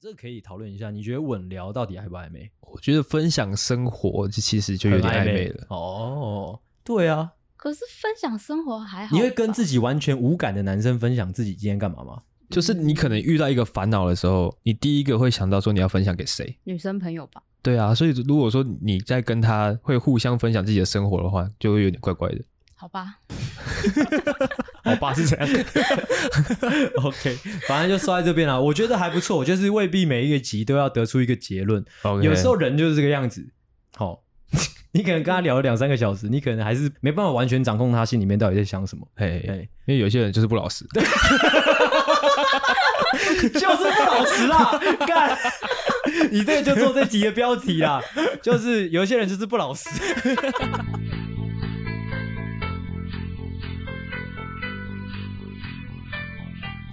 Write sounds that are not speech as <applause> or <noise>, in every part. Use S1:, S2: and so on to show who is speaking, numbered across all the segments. S1: 这个可以讨论一下，你觉得稳聊到底暧不暧昧？
S2: 我觉得分享生活这其实就有点暧昧了。
S1: 哦，对啊，
S3: 可是分享生活还好吧，
S1: 你会跟自己完全无感的男生分享自己今天干嘛吗？
S2: 就是
S1: 嗯
S2: 你可能遇到一个烦恼的时候，你第一个会想到说你要分享给谁？
S3: 女生朋友吧？
S2: 对啊，所以如果说你在跟他会互相分享自己的生活的话，就会有点怪怪的。
S3: 好吧，
S1: 我哦爸是这样。OK，反正就说在这边了。我觉得还不错，就是未必每一个集都要得出一个结论。
S2: OK，
S1: 有时候人就是这个样子。好、 <laughs> 你可能跟他聊了两三个小时，你可能还是没办法完全掌控他心里面到底在想什么。
S2: 哎，
S1: 哎
S2: 因为有些人就是不老实。
S1: <laughs> 就是不老啊实啦， <laughs> 干！你这个就做这集的标题啦，就是有些人就是不老实。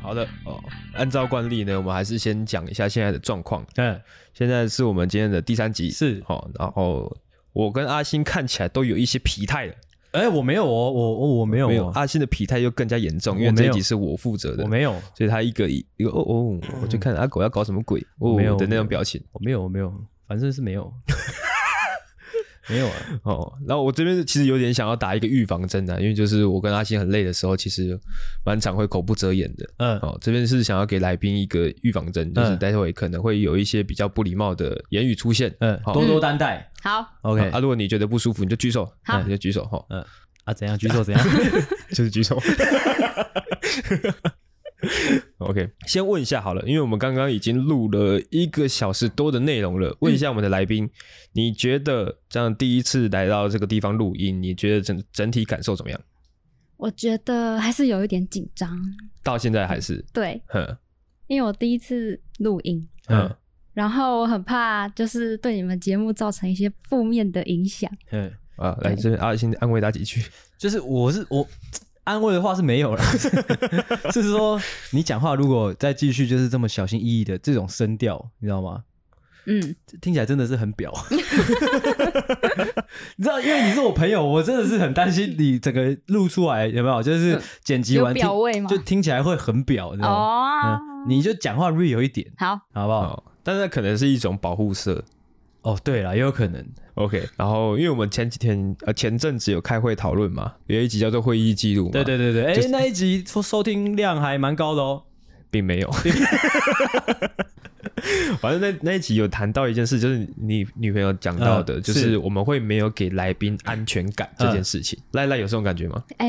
S2: 好的哦，按照惯例呢，我们还是先讲一下现在的状况。
S1: 嗯，
S2: 现在是我们今天的第三集，
S1: 是
S2: 好、哦，然后我跟阿星看起来都有一些疲态了，
S1: 哎、我没有哦，我我我没有、哦，
S2: 阿星的疲态又更加严重，
S1: 我
S2: 因为
S1: 没
S2: 这
S1: 有
S2: 一集是我负责的，
S1: 我没有，
S2: 所以他一个一一个哦哦，我就看阿狗要搞什么鬼哦
S1: 嗯没有
S2: 的那种表情
S1: 我没有，我没有，反正是没有，没有啊。
S2: 哦。然后我这边其实有点想要打一个预防针啊的、因为就是我跟阿星很累的时候，其实蛮常会口不择言的。
S1: 嗯，
S2: 哦，这边是想要给来宾一个预防针，就是
S1: 嗯
S2: 待会可能会有一些比较不礼貌的言语出现。
S1: 嗯，
S2: 好
S1: 多多担待。
S3: 好，
S1: OK
S2: 啊，如果你觉得不舒服，你就举手，
S3: 好
S2: 嗯你就举手哈，哦
S1: 嗯啊，怎样举手怎样？
S2: 就是举手。OK，先问一下好了，因为我们刚刚已经录了一个小时多的内容
S1: 嗯
S2: 了，问一下我们的来宾，你觉得这样第一次来到这个地方录音，你觉得整整体感受怎么样？
S3: 我觉得还是有一点紧张，
S2: 到现在还是，
S3: 对，
S2: 哼，
S3: 因为我第一次录音，
S2: 嗯
S1: 嗯
S3: 然后我很怕就是对你们节目造成一些负面的影响。
S1: 嗯，
S2: 啊，来这边啊，先安慰他几句。
S1: 就是我是我安慰的话是没有了， <laughs> 是说你讲话如果再继续就是这么小心翼翼的这种声调，你知道吗？
S3: 嗯，
S1: 这听起来真的是很表， <laughs> 你知道，因为你是我朋友，我真的是很担心你整个录出来有没有，就是剪辑完
S3: 有表味吗
S1: 听就听起来会很表，你知道吗？
S3: 哦，
S1: 嗯你就讲话 real 一点，
S3: 好，
S1: 好不好？
S2: 哦，但是可能是一种保护色。
S1: 哦，对了，也有可能，
S2: OK，然后因为我们前几天呃前阵子有开会讨论嘛，有一集叫做会议记录嘛，
S1: 对对对对，哎、
S2: 就是
S1: 那一集收收听量还蛮高的哦。
S2: 并没有。 <laughs> 反正那那一集有谈到一件事，就是你女朋友讲到的，
S1: 嗯
S2: 就是
S1: 是
S2: 我们会没有给来宾安全感这件事情。赖赖有这种感觉吗？
S3: 哎、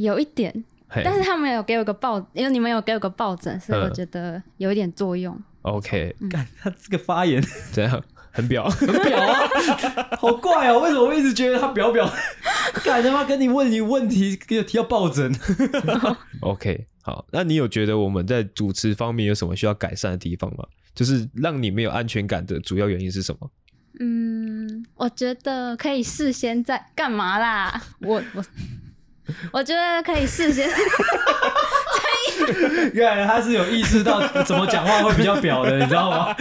S3: 有一点，
S1: 哎
S2: 嘿
S3: 但是他们有给我个抱，因为你们有给我个抱枕，所以
S1: 呃
S3: 我
S2: 嗯
S3: 觉得有一点作用。
S2: OK，
S1: 干他这个发言 <laughs>
S2: 怎样？很表
S1: 很表啊，好怪哦！为什么我一直觉得他表表？ <laughs> 干他妈跟你问你问题，给我提到抱 <laughs> 枕。
S2: <laughs> OK。好，那你有觉得我们在主持方面有什么需要改善的地方吗？就是让你没有安全感的主要原因是什么？
S3: 嗯，我觉得可以事先在干嘛啦？我我我觉得可以事先，
S1: 原来他是有意识到怎么讲话会比较表的，你知道吗？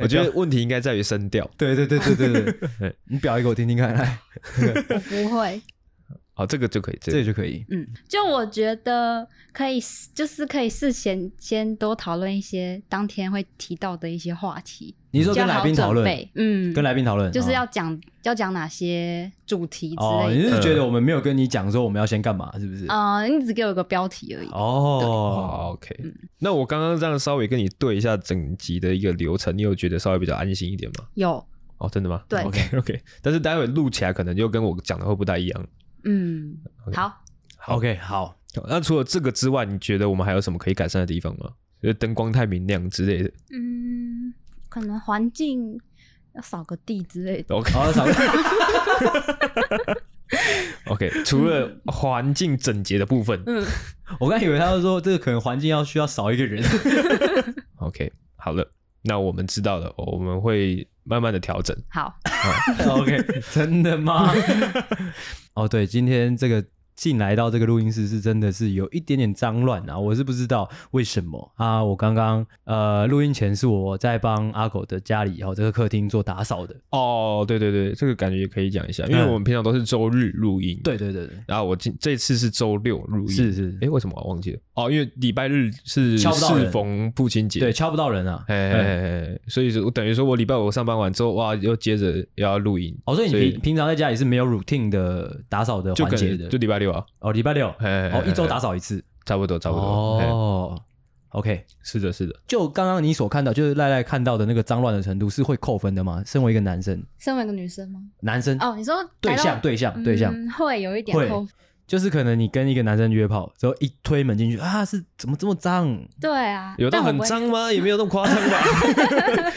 S2: 我觉得问题应该在于声调。
S1: 对对对对对 <laughs> 对，你表一个我听听看，来，
S3: 我不会。
S2: 好，这个就可以，
S1: 这
S2: 这个
S1: 里就可以。
S3: 嗯，就我觉得可以，就是可以事先先多讨论一些当天会提到的一些话题，
S1: 你说
S3: 比较
S1: 跟来
S3: 好
S1: 宾讨
S3: 准
S1: 论，
S3: 备嗯，
S1: 跟来宾讨论
S3: 就是要讲、要讲哪些主题之
S1: 哦，你
S3: 类的。
S1: 是觉得我们没有跟你讲说我们要先干嘛，是不是？
S3: 呃，你只给我一个标题而已。
S1: 哦，
S2: 哦，OK，、那我刚刚这样稍微跟你对一下整集的一个流程，你有觉得稍微比较安心一点吗？
S3: 有，
S2: 哦，真的吗？
S3: 对
S2: ，OK <laughs> OK，但是待会录起来可能就跟我讲的会不太一样。
S3: 嗯，好，
S2: 好
S1: OK，好，
S2: 那除了这个之外，你觉得我们还有什么可以改善的地方吗？就是灯光太明亮之类的。
S3: 嗯，可能环境要扫个地之类的。
S2: OK
S1: 好， <laughs> 少 <laughs>
S2: OK，除了环境整洁的部分、
S3: 嗯，
S1: 我刚以为他是说这个可能环境要需要少一个 <laughs> 人。
S2: o k 好了，那我们知道了，哦我们会慢慢的调整。
S3: 好，
S1: <laughs> OK，真的吗？哦，对，今天这个进来到这个录音室是真的是有一点点脏乱啊，我是不知道为什么啊。我刚刚呃录音前是我在帮阿狗的家里哦这个客厅做打扫的，
S2: 哦，对对对，这个感觉也可以讲一下，因为我们平常都是周日录音，
S1: 嗯对对对对，
S2: 然后我今这次是周六录音，
S1: 是是
S2: 哎，为什么我忘记了？哦，因为礼拜日是
S1: 敲不到人
S2: 适逢父亲节，
S1: 对，敲不到人啊。
S2: 哎，哎哎哎所以我等于说我礼拜五上班完之后，哇，又接着又要录音，
S1: 哦，所以你
S2: 所以
S1: 平平常在家里是没有 routine 的打扫的
S2: 就
S1: 环
S2: 可
S1: 节
S2: 能
S1: 的
S2: 就，礼拜六啊，
S1: 哦，礼拜六，
S2: 哎
S1: 哦，一周打扫一次，
S2: 差不多差不多，哎
S1: 哦，OK，
S2: 是的，是的，
S1: 就刚刚你所看到，就是赖赖看到的那个脏乱的程度是会扣分的吗？身为一个男生，
S3: 身为一个女生吗？
S1: 男生、
S3: 哦，你说
S1: 对
S3: 来到
S1: 象对象对象
S3: 嗯会有一点
S1: 会
S3: 扣分，
S1: 就是可能你跟一个男生约炮之后一推门进去啊，是怎么这么脏？ <laughs>
S3: 对啊，
S2: 有到
S3: 但我
S2: 很
S3: 不会
S2: 脏吗？也没有那么夸张吧？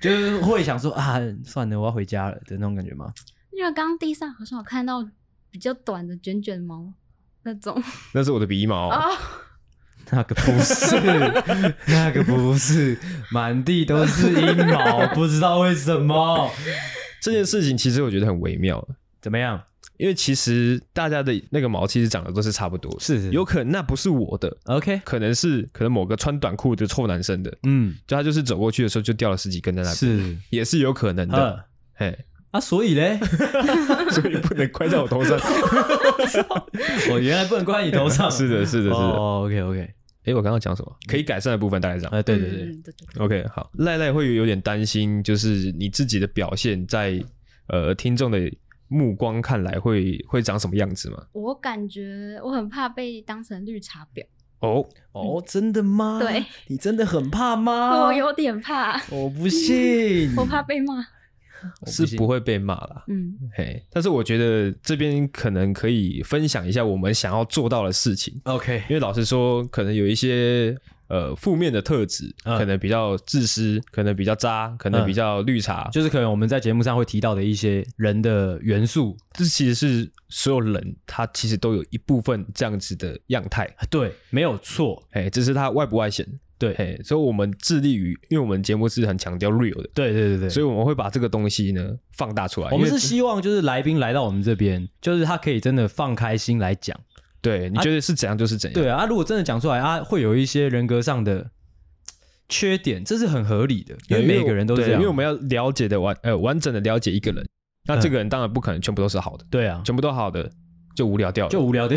S1: 就是会想说啊，算了，我要回家了的那种感觉吗？
S3: 因为刚刚地上好像有看到比较短的卷卷毛那种
S2: 那是我的鼻毛，
S3: 哦，
S1: 那个不是，那个不是，满地都是阴毛，不知道为什么。
S2: 这件事情其实我觉得很微妙，
S1: 怎么样？
S2: 因为其实大家的那个毛其实长得都是差不多，
S1: 是是
S2: 有可能那不是我的，
S1: OK，
S2: 可能是可能某个穿短裤的臭男生的，
S1: 嗯，
S2: 就他就是走过去的时候就掉了十几根在那边，
S1: 是
S2: 也是有可能的，
S1: 呃
S2: 哎，
S1: 啊，所以嘞，
S2: <laughs> 所以不能怪在我
S1: <laughs>
S2: 头上。
S1: 我哦原来不能怪你头上。
S2: 是的，是的，是的。
S1: 哦，OK OK，
S2: 哎，我刚刚讲什么？可以改善的部分大概是这
S1: <laughs>
S2: 样。
S1: 啊，对对对，
S3: 嗯对对，
S2: OK，好，赖赖会有点担心，就是你自己的表现在呃听众的目光看来会会长什么样子吗？
S3: 我感觉我很怕被当成绿茶婊，
S2: 哦，
S1: 哦，真的吗？
S3: 对，
S1: 你真的很怕吗？
S3: 我，有点怕，
S1: 我不信，
S3: <laughs> 我怕被骂，
S2: 是
S1: 信
S2: 不会被骂啦。
S3: 嗯
S2: 嘿，但是我觉得这边可能可以分享一下我们想要做到的事情，
S1: OK，
S2: 因为老实说，可能有一些呃负面的特质，
S1: 嗯
S2: 可能比较自私，可能比较渣，可能
S1: 嗯
S2: 比较绿茶，就
S1: 就是可能我们在节目上会提到的一些人的元素，
S2: 这其实是所有人他其实都有一部分这样子的样态。
S1: 对，没有错，
S2: 哎，只是他外不外显，
S1: 对，
S2: 嘿，所以我们致力于，因为我们节目是很强调 real 的，
S1: 对对对对，
S2: 所以我们会把这个东西呢放大出来。
S1: 我们
S2: 因为
S1: 是希望就是来宾来到我们这边，就是他可以真的放开心来讲，
S2: 对，你觉得是怎样就是怎样。
S1: 对啊，如果真的讲出来啊，会有一些人格上的缺点，这是很合理的，因
S2: 对，
S1: 为每个人都是
S2: 对
S1: 这样，
S2: 因为我们要了解的完呃完整的了解一个人，那这个人当然不可能全部都是好的，
S1: 对啊，
S2: 全部都好的就无聊掉了。
S1: 就无聊
S2: <laughs>
S1: 的，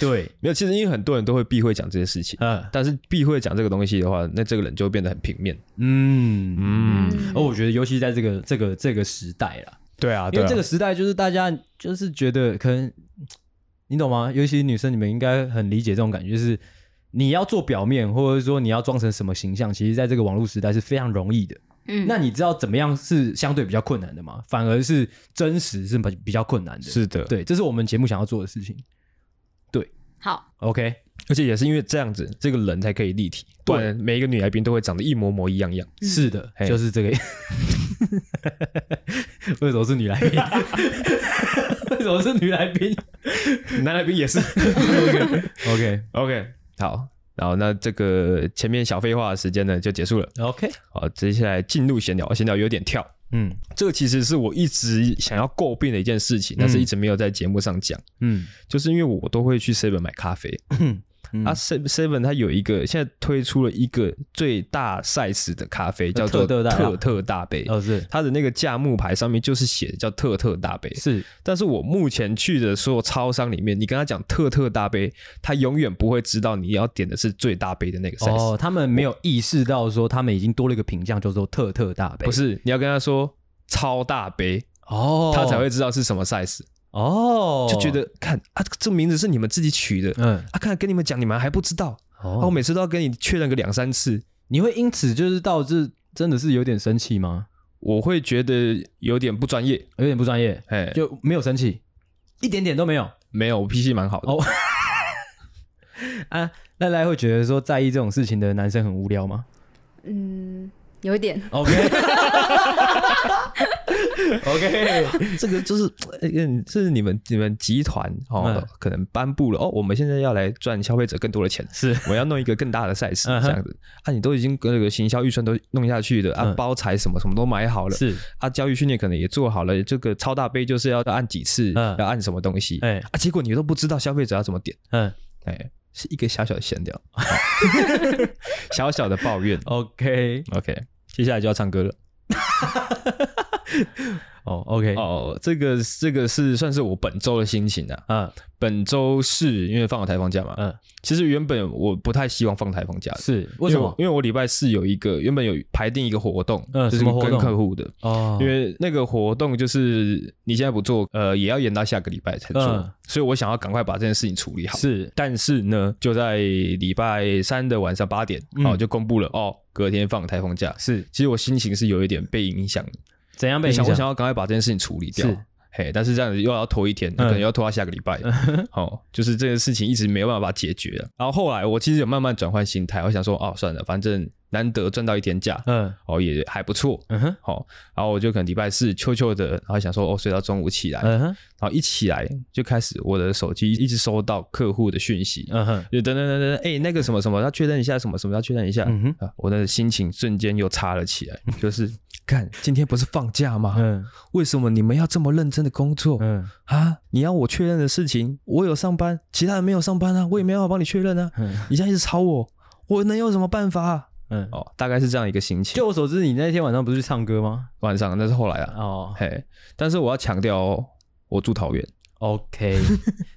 S1: 对，
S2: 没有，其实因为很多人都会避讳讲这些事情，
S1: 嗯
S2: 但是避讳讲这个东西的话，那这个人就会变得很平面。
S1: 嗯
S2: 嗯，
S1: 而我觉得，尤其在这个这个这个时代啦，
S2: 对啊，
S1: 因
S2: 对
S1: 为
S2: 啊
S1: 这个时代就是大家就是觉得可能，你懂吗？尤其女生，你们应该很理解这种感觉，就是你要做表面，或者说你要装成什么形象，其实在这个网络时代是非常容易的。
S3: 嗯，
S1: 那你知道怎么样是相对比较困难的吗？反而是真实是比比较困难的。
S2: 是的，，
S1: 对，这是我们节目想要做的事情。
S3: 好，
S1: OK，
S2: 而且也是因为这样子，这个人才可以立体，不然每一个女来宾都会长得一模模一样样。
S3: 嗯
S1: 是的，
S2: 嘿
S1: 就是这个。 <laughs> 为什么是女来宾？
S2: <laughs>
S1: 为什么是女来宾
S2: <laughs> 男来宾也 <laughs> 是。
S1: ？OK
S2: OK，好，然后那这个前面小废话的时间呢就结束了。
S1: OK，
S2: 好，接下来进入闲聊，闲聊有点跳。
S1: 嗯
S2: 这个其实是我一直想要诟病的一件事情，但是一直没有在节目上讲，
S1: 嗯， <coughs>
S2: 就是因为我都会去 Seven 买咖啡。
S1: 嗯
S2: 啊，Seven Seven 它有一个现在推出了一个最大 size 的咖啡，叫
S1: 特
S2: 做
S1: 特大
S2: 特特大杯。
S1: 哦是
S2: 它的那个价目牌上面就是写的叫特特大杯，
S1: 是
S2: 但是我目前去的所有超商里面，你跟他讲特特大杯，他永远不会知道你要点的是最大杯的那个 size，、
S1: 哦，他们没有意识到说他们已经多了一个品相，叫做特特大杯，
S2: 不是你要跟他说超大杯，
S1: 哦，
S2: 他才会知道是什么 size，、
S1: 哦，
S2: 就觉得看啊，这这名字是你们自己取的，
S1: 嗯
S2: 啊，看跟你们讲，你们还不知道，啊，我
S1: 哦，
S2: 每次都要跟你确认个两三次，
S1: 你会因此就是导致真的是有点生气吗？
S2: 我会觉得有点不专业，
S1: 有点不专业，
S2: 哎，
S1: 就没有生气，一点点都没有
S2: 没有，我脾气蛮好的，
S1: 哦啊。赖赖会觉得说在意这种事情的男生很无聊吗 <laughs>
S3: 嗯，有一点，
S1: ？OK， OK，
S2: 这个就是，呃嗯，这是你们你们集团哦，
S1: 嗯
S2: 可能颁布了哦，我们现在要来赚消费者更多的钱，
S1: 是
S2: 我要弄一个更大的赛事
S1: 嗯哼
S2: 这样子啊，你都已经跟那个行销预算都弄下去的啊
S1: 嗯，
S2: 包材什么什么都买好了，
S1: 是，
S2: 啊，教育训练可能也做好了，这个超大杯就是要按几次，
S1: 嗯
S2: 要按什么东西，
S1: 哎
S2: 啊，结果你都不知道消费者要怎么点，
S1: 嗯
S2: 哎，是一个小小的闲聊，哦
S1: <laughs>
S2: 小小的抱怨。哦
S1: ，OK，
S2: OK，接下来就要唱歌了。
S1: 哦，OK，
S2: 哦，这个这个是算是我本周的心情啊。
S1: 嗯
S2: 本周是因为放了台风假嘛，
S1: 嗯，
S2: 其实原本我不太希望放台风假的，
S1: 是为什
S2: 因我
S1: 么？
S2: 因为我礼拜四有一个原本有排定一个活动，
S1: 嗯
S2: 就
S1: 什
S2: 是
S1: 么活
S2: 跟
S1: 动
S2: 客户的，
S1: 哦，
S2: 因为那个活动就是你现在不做，呃，也要延到下个礼拜才做，
S1: 嗯
S2: 所以我想要赶快把这件事情处理好。
S1: 是
S2: 但是呢，就在礼拜三的晚上八点，
S1: 嗯
S2: 哦，就公布了哦，隔天放台风假。
S1: 是
S2: 其实我心情是有一点被影响的，
S1: 怎样被
S2: 我
S1: 影
S2: 想我想
S1: 响？
S2: 要赶快把这件事情处理掉
S1: 是。嗯
S2: 嘿，但是这样子又要拖一天，可能要拖到下个礼
S1: <laughs>
S2: 拜。好、就是这件事情一直没有办法解决。然后后来我其实有慢慢转换心态，我想说，哦，算了，反正难得赚到一天假，
S1: 嗯
S2: 哦，也还不错。
S1: 嗯哼
S2: 好、然后我就可能礼拜四悄悄的，然后想说哦，睡到中午起来，
S1: 嗯哼
S2: 然后一起来就开始我的手机一直收到客户的讯息，
S1: 嗯哼，
S2: 就等等等等，哎、那个什么什么要确认一下，什么什么要确认一下，
S1: 嗯哼
S2: 啊，我的心情瞬间又差了起来，就是看今天不是放假吗？
S1: 嗯
S2: 为什么你们要这么认真的工作？
S1: 嗯
S2: 啊！你要我确认的事情，我有上班，其他人没有上班啊，我也没办法帮你确认啊。
S1: 嗯
S2: 你现在一直吵我，我能有什么办法、啊？
S1: 嗯，
S2: 哦，大概是这样一个心情。
S1: 就我所知，你那天晚上不是去唱歌吗？
S2: 晚上，那是后来啊。
S1: 哦
S2: 嘿，但是我要强调哦，我住桃园，
S1: ，OK，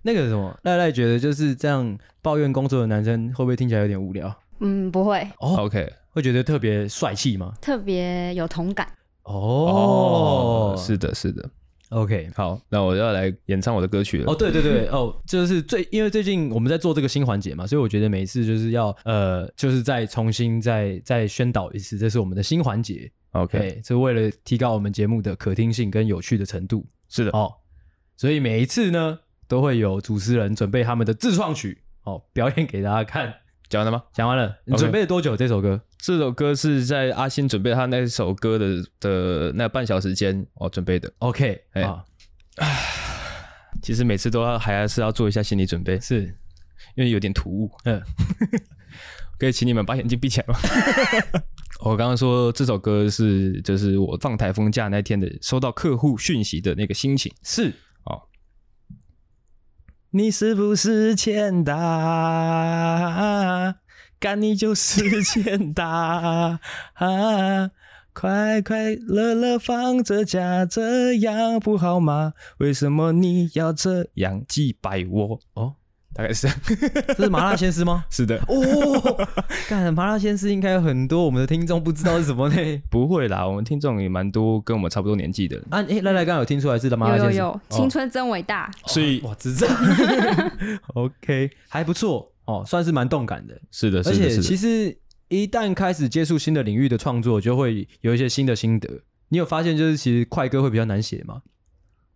S1: 那个什么，赖赖觉得就是这样抱怨工作的男生，会不会听起来有点无聊？
S3: 嗯，不会，
S1: 哦
S2: OK，
S1: 会觉得特别帅气吗？
S3: 特别有同感。
S1: 哦，
S2: 是的，是的。
S1: OK，
S2: 好，那我要来演唱我的歌曲了。
S1: 哦，对对对，哦，就是最因为最近我们在做这个新环节嘛，所以我觉得每一次就是要呃，就是再重新再再宣导一次，这是我们的新环节，
S2: OK，
S1: 对，是哎为了提高我们节目的可听性跟有趣的程度
S2: 是的，
S1: 哦。所以每一次呢，都会有主持人准备他们的自创曲哦，表演给大家看。
S2: 讲完了吗？
S1: 讲完了，你
S2: OK
S1: 准备了多久这首歌？
S2: 这首歌是在阿星准备他那首歌的的那半小时间哦准备的。
S1: OK 啊、
S2: 哎其实每次都要还是要做一下心理准备，
S1: 是，
S2: 因为有点突兀。
S1: 嗯，
S2: <laughs> 可以请你们把眼睛闭起来 <laughs> 吗？我刚刚说这首歌是就是我放台风假那天的收到客户讯息的那个心情。
S1: 是
S2: 你是不是欠打？干你就是欠打！啊，快快乐乐放着假，这样不好吗？为什么你要这样击败我？
S1: 哦，
S2: 大概是这样。？
S1: 这是麻辣鲜师吗
S2: <laughs> 是的，
S1: 哦， <laughs> 干麻辣鲜师应该有很多我们的听众不知道是什么
S2: <laughs>
S1: 呢。
S2: 不会啦，我们听众也蛮多跟我们差不多年纪的，
S1: 啊，哎、赖赖刚刚有听出来是麻辣
S3: 有
S1: 鲜
S3: 有
S1: 师，哦
S3: 有，青春真伟大。
S2: 哦所以
S1: 哇，智障
S2: <laughs>
S1: <laughs> ，OK，还不错哦，算是蛮动感的。
S2: 是的，
S1: 而
S2: 是
S1: 且
S2: 的，是
S1: 其
S2: 的。
S1: 实一旦开始接触新的领域的创作，就会有一些新的心得。你有发现就是其实快歌会比较难写吗？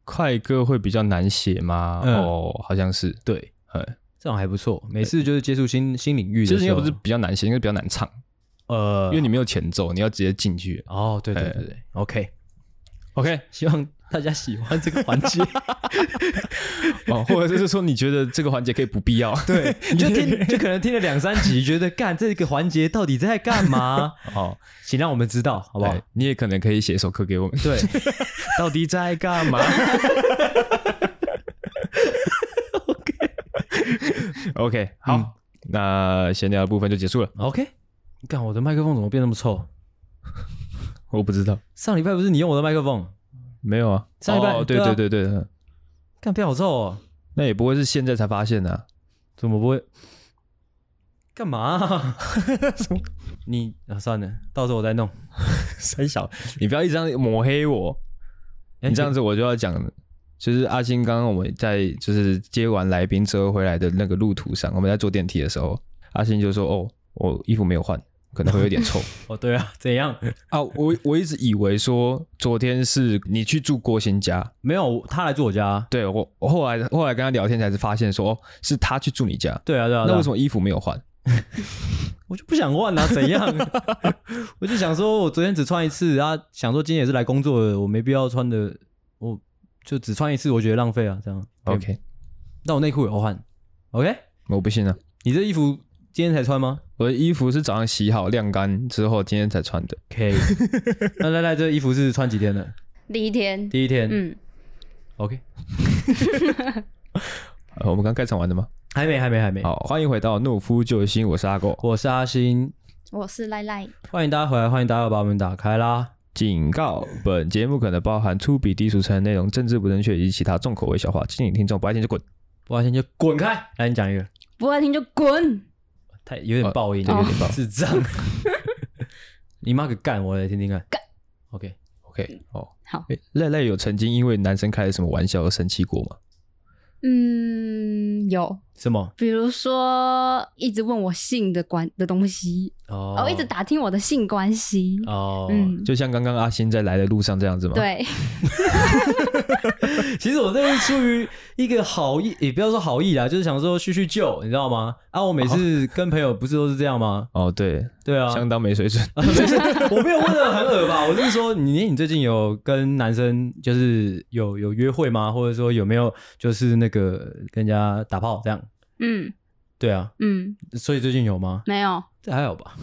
S2: 快歌会比较难写吗？
S1: 嗯
S2: 哦，好像是，
S1: 对，
S2: 哎，
S1: 这种还不错。每次就是接触新新领域的时
S2: 就
S1: 候，
S2: 是应该不是比较难写，应该比较难唱，
S1: 呃，
S2: 因为你没有前奏，你要直接进去。
S1: 哦，对对对对、o k
S2: OK，
S1: 希望大家喜欢这个环节。
S2: <laughs> 哦，或者就是说你觉得这个环节可以不必要？
S1: 对， <laughs> 你就听就可能听了两三集，觉得干这个环节到底在干嘛？
S2: <laughs>
S1: <laughs>
S2: 哦，
S1: 请让我们知道，好
S2: 好
S1: 不
S2: 不
S1: 好
S2: 好？？哎你也可能可以写一首歌给我们，
S1: <laughs> 对，
S2: 到底在干嘛 <laughs> ？OK，好，那闲聊的部分就结束了。
S1: OK，干我的麦克风怎么变那么臭？
S2: 我不知道，
S1: 上礼拜不是你用我的麦克风，
S2: 没有啊。
S1: 上一半
S2: 哦，对
S1: 对啊
S2: 对对对，嗯
S1: 干变好臭哦，
S2: 那也不会是现在才发现的啊。
S1: 怎么不会？干嘛 <laughs> 啊、你啊，算了，到时候我再弄。
S2: 三小， <laughs> 你不要一直这样抹黑我，
S1: 哎
S2: 你这样子我就要讲，就是阿星刚刚我们在就是接完来宾之后回来的那个路途上，我们在坐电梯的时候，阿星就说：“哦，我衣服没有换，可能会有点臭
S1: 哦，对啊，怎样？
S2: <laughs> 啊。我”我一直以为说昨天是你去住郭新家，
S1: 没有，他来住我家。啊
S2: 对我我后来后来跟他聊天才是发现说，哦，是他去住你家，
S1: 对啊，对啊，
S2: 那为什
S1: 么？
S2: 么衣服没有换？
S1: 我就不想换 <laughs> 啊，怎样？我就想说，我昨天只穿一次啊，想说今天也是来工作的，我没必要穿的，我就只穿一次，我觉得浪费啊，这样。
S2: OK，
S1: 那我内裤也要换，OK？
S2: 我不信啊，
S1: 你这衣服今天才穿吗
S2: 我的衣服是早上洗好晾干之后今天才穿的。
S1: ？OK，那赖赖这衣服是穿几天的？
S3: 第一天，
S1: 第一天、
S3: 嗯，
S1: o k
S2: 呃我们刚开场完的吗？
S1: 还没，还没，还没。
S2: 好，欢迎回到懦夫救星，我是阿狗。
S1: 我是阿星，
S3: 我是赖赖，
S1: 欢迎大家回来，欢迎大家把门打开啦。
S2: 警告：本节目可能包含粗鄙、低俗、成人内容、政治不正确以及其他重口味笑话，敬请听众不爱听就滚。
S1: 不好意思，你就滚开！来，你讲一个，
S3: 不爱听就滚。
S1: 太有点爆音，
S2: 对有点爆
S1: 智障。 <laughs> 你妈个干，我来听听看。
S3: 干
S1: ，OK，
S2: OK，哦，
S3: 好，
S2: 诶赖赖有曾经因为男生开了什么玩笑而生气过吗？
S3: 嗯，有，
S1: 什么？
S3: 比如说一直问我性的关的东西，
S1: 哦
S3: 哦，一直打听我的性关系，
S1: 哦，
S3: 嗯，
S2: 就像刚刚阿星在来的路上这样子吗？，
S3: 对，
S1: 其实我这是出于一个好意，也不要说好意啦，就是想说叙叙旧，你知道吗？啊，我每次跟朋友不是都是这样吗？
S2: 哦，对，
S1: 对啊，
S2: 相当没水准。
S1: 啊 <laughs> 没事，我没有问的很恶吧，我是说你你最近有跟男生就是有有约会吗？或者说有没有就是那个跟人家打炮这样？
S3: <laughs> 嗯
S1: 对啊，
S3: 嗯，
S1: 所以最近有吗？
S3: 没有，
S1: 这还好吧？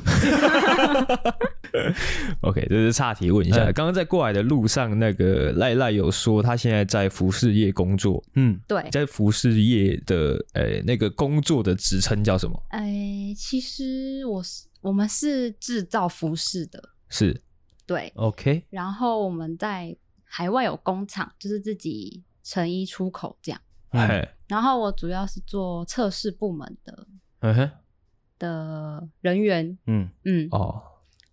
S2: OK，这是岔题，问一下，
S1: 嗯
S2: 刚刚在过来的路上，那个赖赖有说他现在在服饰业工作，
S1: 嗯，
S3: 对，
S2: 在服饰业的呃那个工作的职称叫什么？
S3: 哎，其实我是我们是制造服饰的，
S2: 是
S3: 对，
S1: OK，
S3: 然后我们在海外有工厂，就是自己成衣出口这样。
S1: 嗯
S2: 嘿，
S3: 然后我主要是做测试部门的
S1: 嗯哼，
S3: 的人员，
S1: 嗯，
S3: 嗯，
S2: 哦，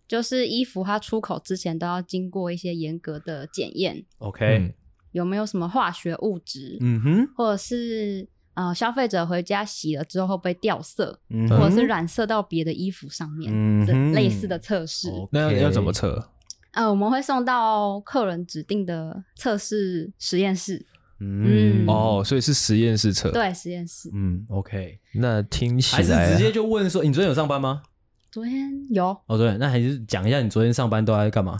S3: 就是衣服它出口之前都要经过一些严格的检验，
S1: ，OK，
S2: 嗯
S3: 有没有什么化学物质，
S1: 嗯哼，
S3: 或者是呃消费者回家洗了之后会不会掉色，
S1: 嗯
S3: 或
S1: 哼
S3: 者是染色到别的衣服上面，
S1: 嗯
S3: 这
S1: 哼
S3: 类似的测试。
S1: 哦
S2: 那
S1: OK
S2: 要怎么测？
S3: 呃，我们会送到客人指定的测试实验室，
S1: 嗯，
S3: 嗯
S2: 哦，所以是实验室测。，
S3: 对，实验室。
S1: 嗯，OK，
S2: 那听起
S1: 还是
S2: 来啊
S1: 直接就问说你昨天有上班吗？
S3: 昨天有，
S1: 哦，对，那还是讲一下你昨天上班都在干嘛？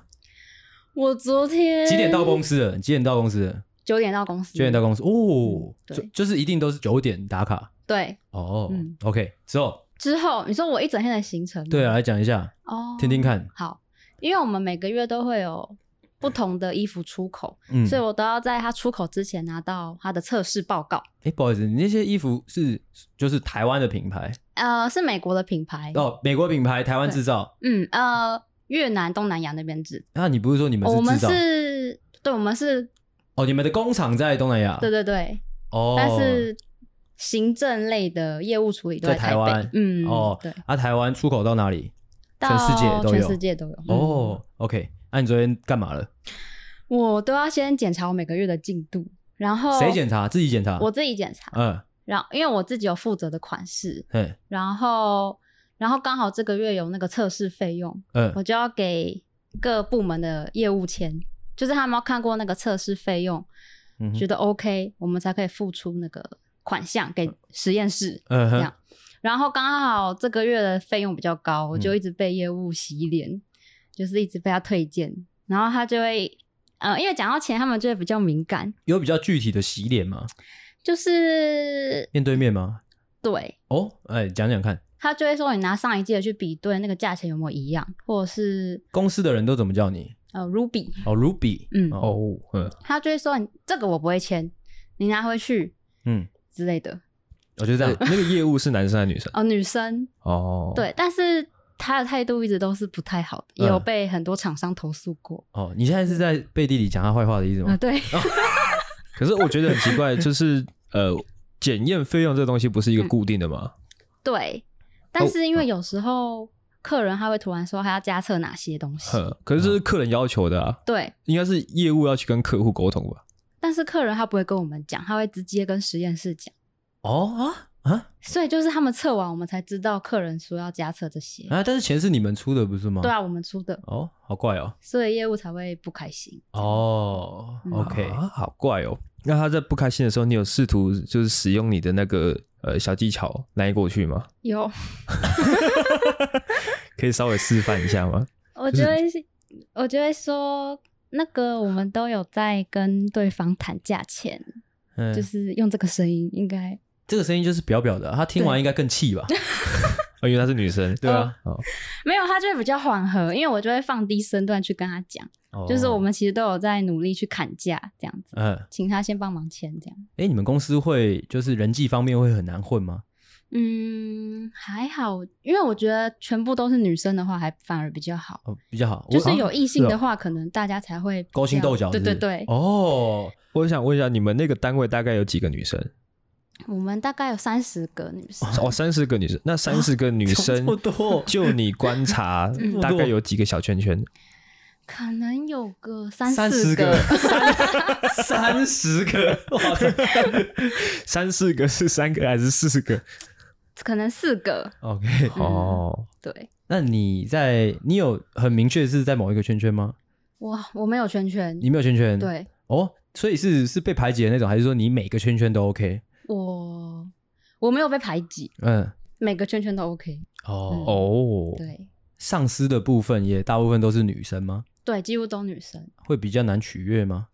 S3: 我昨天
S1: 几点到公司的？你几点到公司的？
S3: 九点到公司，
S1: 九点到公司哦
S3: 嗯，对
S1: 就就是一定都是九点打卡
S3: 对。
S1: 哦
S3: 嗯。
S1: OK，之后
S3: 之后你说我一整天的行程，
S1: 对啊，，来讲一下，
S3: 哦，
S1: 听听看，
S3: 好，因为我们每个月都会有不同的衣服出口，
S1: 嗯，
S3: 所以我都要在它出口之前拿到它的测试报告。
S1: 哎，不好意思，你那些衣服是就是台湾的品牌
S3: 呃，是美国的品牌，
S1: 哦，美国品牌，台湾制造。
S3: 嗯，呃，越南、东南亚那边制，
S1: 那你不是说你们
S3: 哦我
S1: 是
S3: 们
S1: 制造？
S3: 是，对，我们是，
S1: 哦，你们的工厂在东南亚，
S3: 对对对，
S1: 啊哦，
S3: 但是行政类的业务处理都
S1: 在台
S3: 台北，
S1: 湾，
S3: 嗯，
S1: 哦
S3: 对，，
S1: 啊，台湾出口到哪里？全
S3: 到
S1: 世界都
S3: 全
S1: 有
S3: 世界都有，嗯，
S1: 哦，OK，那你昨天干嘛了？
S3: 我都要先检查我每个月的进度，然后
S1: 谁检查？自己检查？
S3: 哦我自己检查，
S1: 嗯，
S3: 然后因为我自己有负责的款式，
S1: 嗯
S3: 然后然后刚好这个月有那个测试费用，
S1: 嗯
S3: 我就要给各部门的业务签，就是他们要看过那个测试费用，
S1: 嗯哼
S3: 觉得 OK，我们才可以付出那个款项给实验室。
S1: 嗯
S3: 这
S1: 哼
S3: 样，然后刚好这个月的费用比较高，我
S1: 嗯
S3: 就一直被业务洗脸，就是一直被他推荐，然后他就会。呃，因为讲到钱，他们就会比较敏感，
S1: 有比较具体的洗脸吗？
S3: 就是
S1: 面对面吗？
S3: 对，
S1: 哦，哎，讲讲看，
S3: 他就会说你拿上一季的去比对那个价钱有没有一样，或者是
S1: 公司的人都怎么叫你？
S3: 呃 Ruby，
S1: 哦，Ruby，
S3: 嗯
S1: 哦，
S2: 哦，嗯，
S3: 他就会说你这个我不会签，你拿回去
S1: 嗯，
S3: 之类的。
S1: 我哦就这样
S2: 呃，那个业务是男生还是女生？
S3: 哦，女生
S2: 哦，，
S3: 对，但是他的态度一直都是不太好的，
S1: 嗯
S3: 也有被很多厂商投诉过。
S1: 哦，你现在是在背地里讲他坏话的意思
S3: 啊、
S1: 吗？ <laughs>
S3: 对，
S2: 可是我觉得很奇
S3: <laughs>
S2: 怪，就是呃，检验费用这东西不是一个固定的吗？
S3: 对，但
S1: 哦
S3: 是因为有时候客人他会突然说他要加测哪些东西，
S2: 哼，可是这是客人要求的啊，
S3: 对，
S2: 应该是业务要去跟客户沟通吧？
S3: 但是客人他不会跟我们讲，他会直接跟实验室讲。
S1: 哦啊，啊
S3: 所以就是他们测完，我们才知道客人说要加测这些。
S1: 啊！但是钱是你们出的，不是吗？
S3: 对啊，我们出的，
S1: 哦，好怪哦。
S3: 所以业务才会不开心。
S1: 哦
S3: 嗯
S1: ，OK，
S2: 啊，好怪哦。那他在不开心的时候，你有试图就是使用你的那个呃小技巧来过去吗？
S1: <laughs>
S3: 有，
S2: 可以稍微示范一下吗？
S3: 我就会，我就会说，那个我们都有在跟对方谈价钱，
S1: 嗯，
S3: 就是用这个声音应该
S1: 这个声音就是表表的，他听完应该更气吧？
S2: 哦，因为她是女生，
S1: 对啊，
S2: 哦，
S3: 没有，他就会比较缓和，因为我就会放低身段去跟他讲，
S1: 哦
S3: 就是我们其实都有在努力去砍价这样子，
S1: 嗯，
S3: 请他先帮忙签这样。
S1: 哎，你们公司会就是人际方面会很难混吗？
S3: 嗯，还好，因为我觉得全部都是女生的话，还反而比较好。
S1: 哦，比较好，我
S3: 就是
S1: 啊
S3: 有异性
S2: 是
S3: 的
S2: 哦
S3: 话，可能大家才会比
S1: 勾心
S3: 较
S1: 斗角，
S3: 对
S1: 是不
S3: 对
S1: 是
S3: 对，
S1: 哦，
S2: 我想问一下，你们那个单位大概有几个女生？
S3: 我们大概有三十个女生，
S2: 哦，三十个女生，那三十个女
S1: 怎
S2: <laughs> 生
S1: 么，这么多
S2: 就你观察
S3: 嗯，
S2: 大概有几个小圈圈？
S3: 可能有个三
S1: 三
S3: 四
S1: 十个，三十个，
S3: <laughs>
S1: 哇塞
S2: 三四个是三个还是四个？
S3: 可能四个。
S1: ！OK，
S3: 嗯
S2: 哦，
S3: 对，
S1: 那你在你有很明确是在某一个圈圈吗？
S3: 哇，我没有圈圈，
S1: 你没有圈圈，，
S3: 对
S1: 哦，所以是是被排挤的那种，还是说你每个圈圈都 OK？
S3: 我我没有被排挤，
S1: 嗯，
S3: 每个圈圈都 OK。
S1: 哦
S3: 嗯
S1: 哦，
S2: 哦，
S3: 对
S1: 上司的部分也大部分都是女生吗？
S3: 对，几乎都女生，
S1: 会比较难取悦吗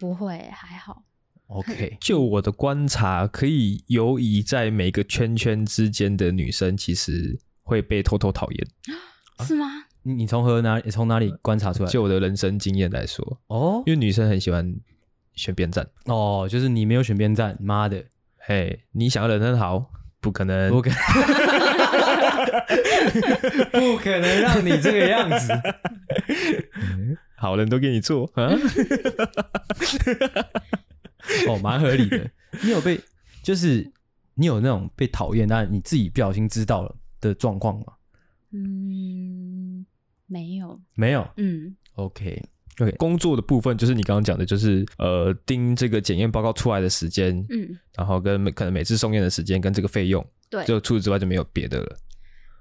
S3: 不会还好。
S1: ？OK，
S2: 就我的观察，可以游移在每个圈圈之间的女生，其实会被偷偷讨厌。
S1: 啊
S3: 是吗？
S1: <laughs> 你你从何哪你从哪里观察出来？
S2: 就我的人生经验来说，
S1: 哦
S2: 因为女生很喜欢选边站，
S1: 哦，就是你没有选边站，妈的，
S2: 嘿，你想要人很好，不可能，
S1: 不可 <laughs> 不可能让你这个样 <laughs> 子。
S2: 好人都给你做啊。
S1: 哦，蛮合理的。你有被就是你有那种被讨厌，但你自己不小心知道了的状况吗？
S3: 嗯，没有。
S1: 没有。
S3: 嗯，
S1: OK，
S2: OK，工作的部分就是你刚刚讲的，就是呃盯这个检验报告出来的时间，
S3: 嗯，
S2: 然后跟每可能每次送验的时间跟这个费用，
S3: 对。
S2: 就除此之外就没有别的了。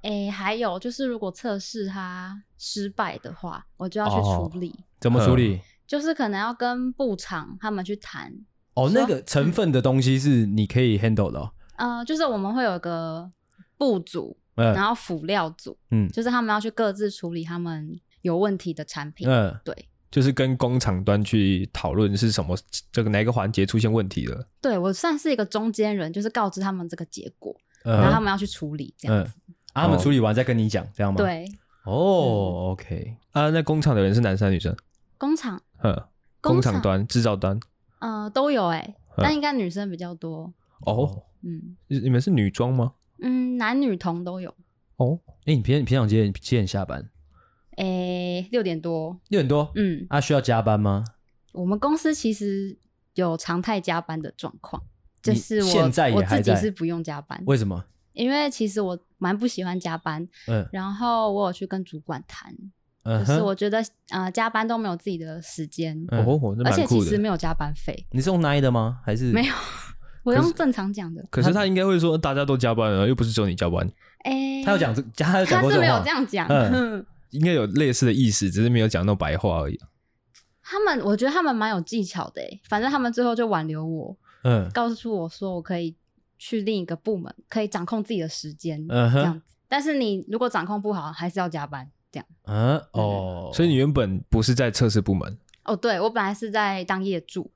S3: 诶、还有就是，如果测试它失败的话，我就要去
S2: 哦
S3: 处理，
S1: 怎么处理？
S3: 就是可能要跟部长他们去谈。
S1: 哦，
S3: 啊
S1: 那个成分的东西是你可以 handle 的、哦。
S3: 呃，就是我们会有个部组，
S1: 嗯
S3: 然后辅料组，
S1: 嗯
S3: 就是他们要去各自处理他们有问题的产品。
S1: 嗯，
S3: 对，
S2: 就是跟工厂端去讨论是什么这个哪一个环节出现问题了，
S3: 对我算是一个中间人，就是告知他们这个结果，然后他
S1: 嗯，
S3: 们要去处理这样
S1: 嗯
S3: 子。
S1: 啊，他们处理完再跟你讲，这样吗？。
S3: 对，
S1: 哦，OK，
S2: 啊，那工厂的人是男生还是女生？
S3: 工厂
S2: 嗯，工
S3: 工
S2: 厂
S3: 厂
S2: 端、制造端。
S3: 呃都有哎、
S2: 嗯
S3: 但应该女生比较多。
S2: 哦，
S3: 嗯
S2: 你你们是女装吗？
S3: 嗯，男女童都有。
S2: 哦，
S1: 哎，你平平常几点几点下班？
S3: 诶、六点多。
S1: 六点多。
S3: 嗯，
S1: 啊，需要加班吗？
S3: 我们公司其实有常态加班的状况，就
S1: 你
S3: 是我
S1: 现在也
S3: 我
S1: 还
S3: 自己
S1: 在
S3: 是不用加班，
S1: 为什么？
S3: 因为其实我蛮不喜欢加班，
S1: 嗯
S3: 然后我有去跟主管谈，
S1: 嗯
S3: 就是
S1: 哼，
S3: 我觉得呃加班都没有自己的时间，
S1: 嗯
S2: 哦，那
S3: 而且
S2: 蛮
S3: 其
S2: 酷
S3: 实
S2: 的。
S3: 没有加班费，
S1: 你是用 Nine 的吗？还是
S3: 没有？，我
S2: 可是
S3: 用正常讲的，
S2: 可是他应该会说大家都加班了，又不是只有你加班，
S3: 哎、
S1: 他有讲这，他有讲
S3: 他
S1: 过
S3: 是
S1: 这
S3: 没
S1: 种
S3: 有
S1: 话
S3: 这。样讲， <laughs>
S1: 嗯
S2: 应该有类似的意思，只是没有讲那种白话而已。
S3: 他们我觉得他们蛮有技巧的、欸，反正他们最后就挽留我，
S1: 嗯
S3: 告诉我说我可以去另一个部门，可以掌控自己的时间，
S1: 嗯
S3: 这
S1: 哼
S3: 样子。但是你如果掌控不好，还是要加班这样。
S1: 嗯哦，
S2: 所以你原本不是在测试部门，
S3: 哦，对我本来是在当业
S1: <laughs>
S3: 助，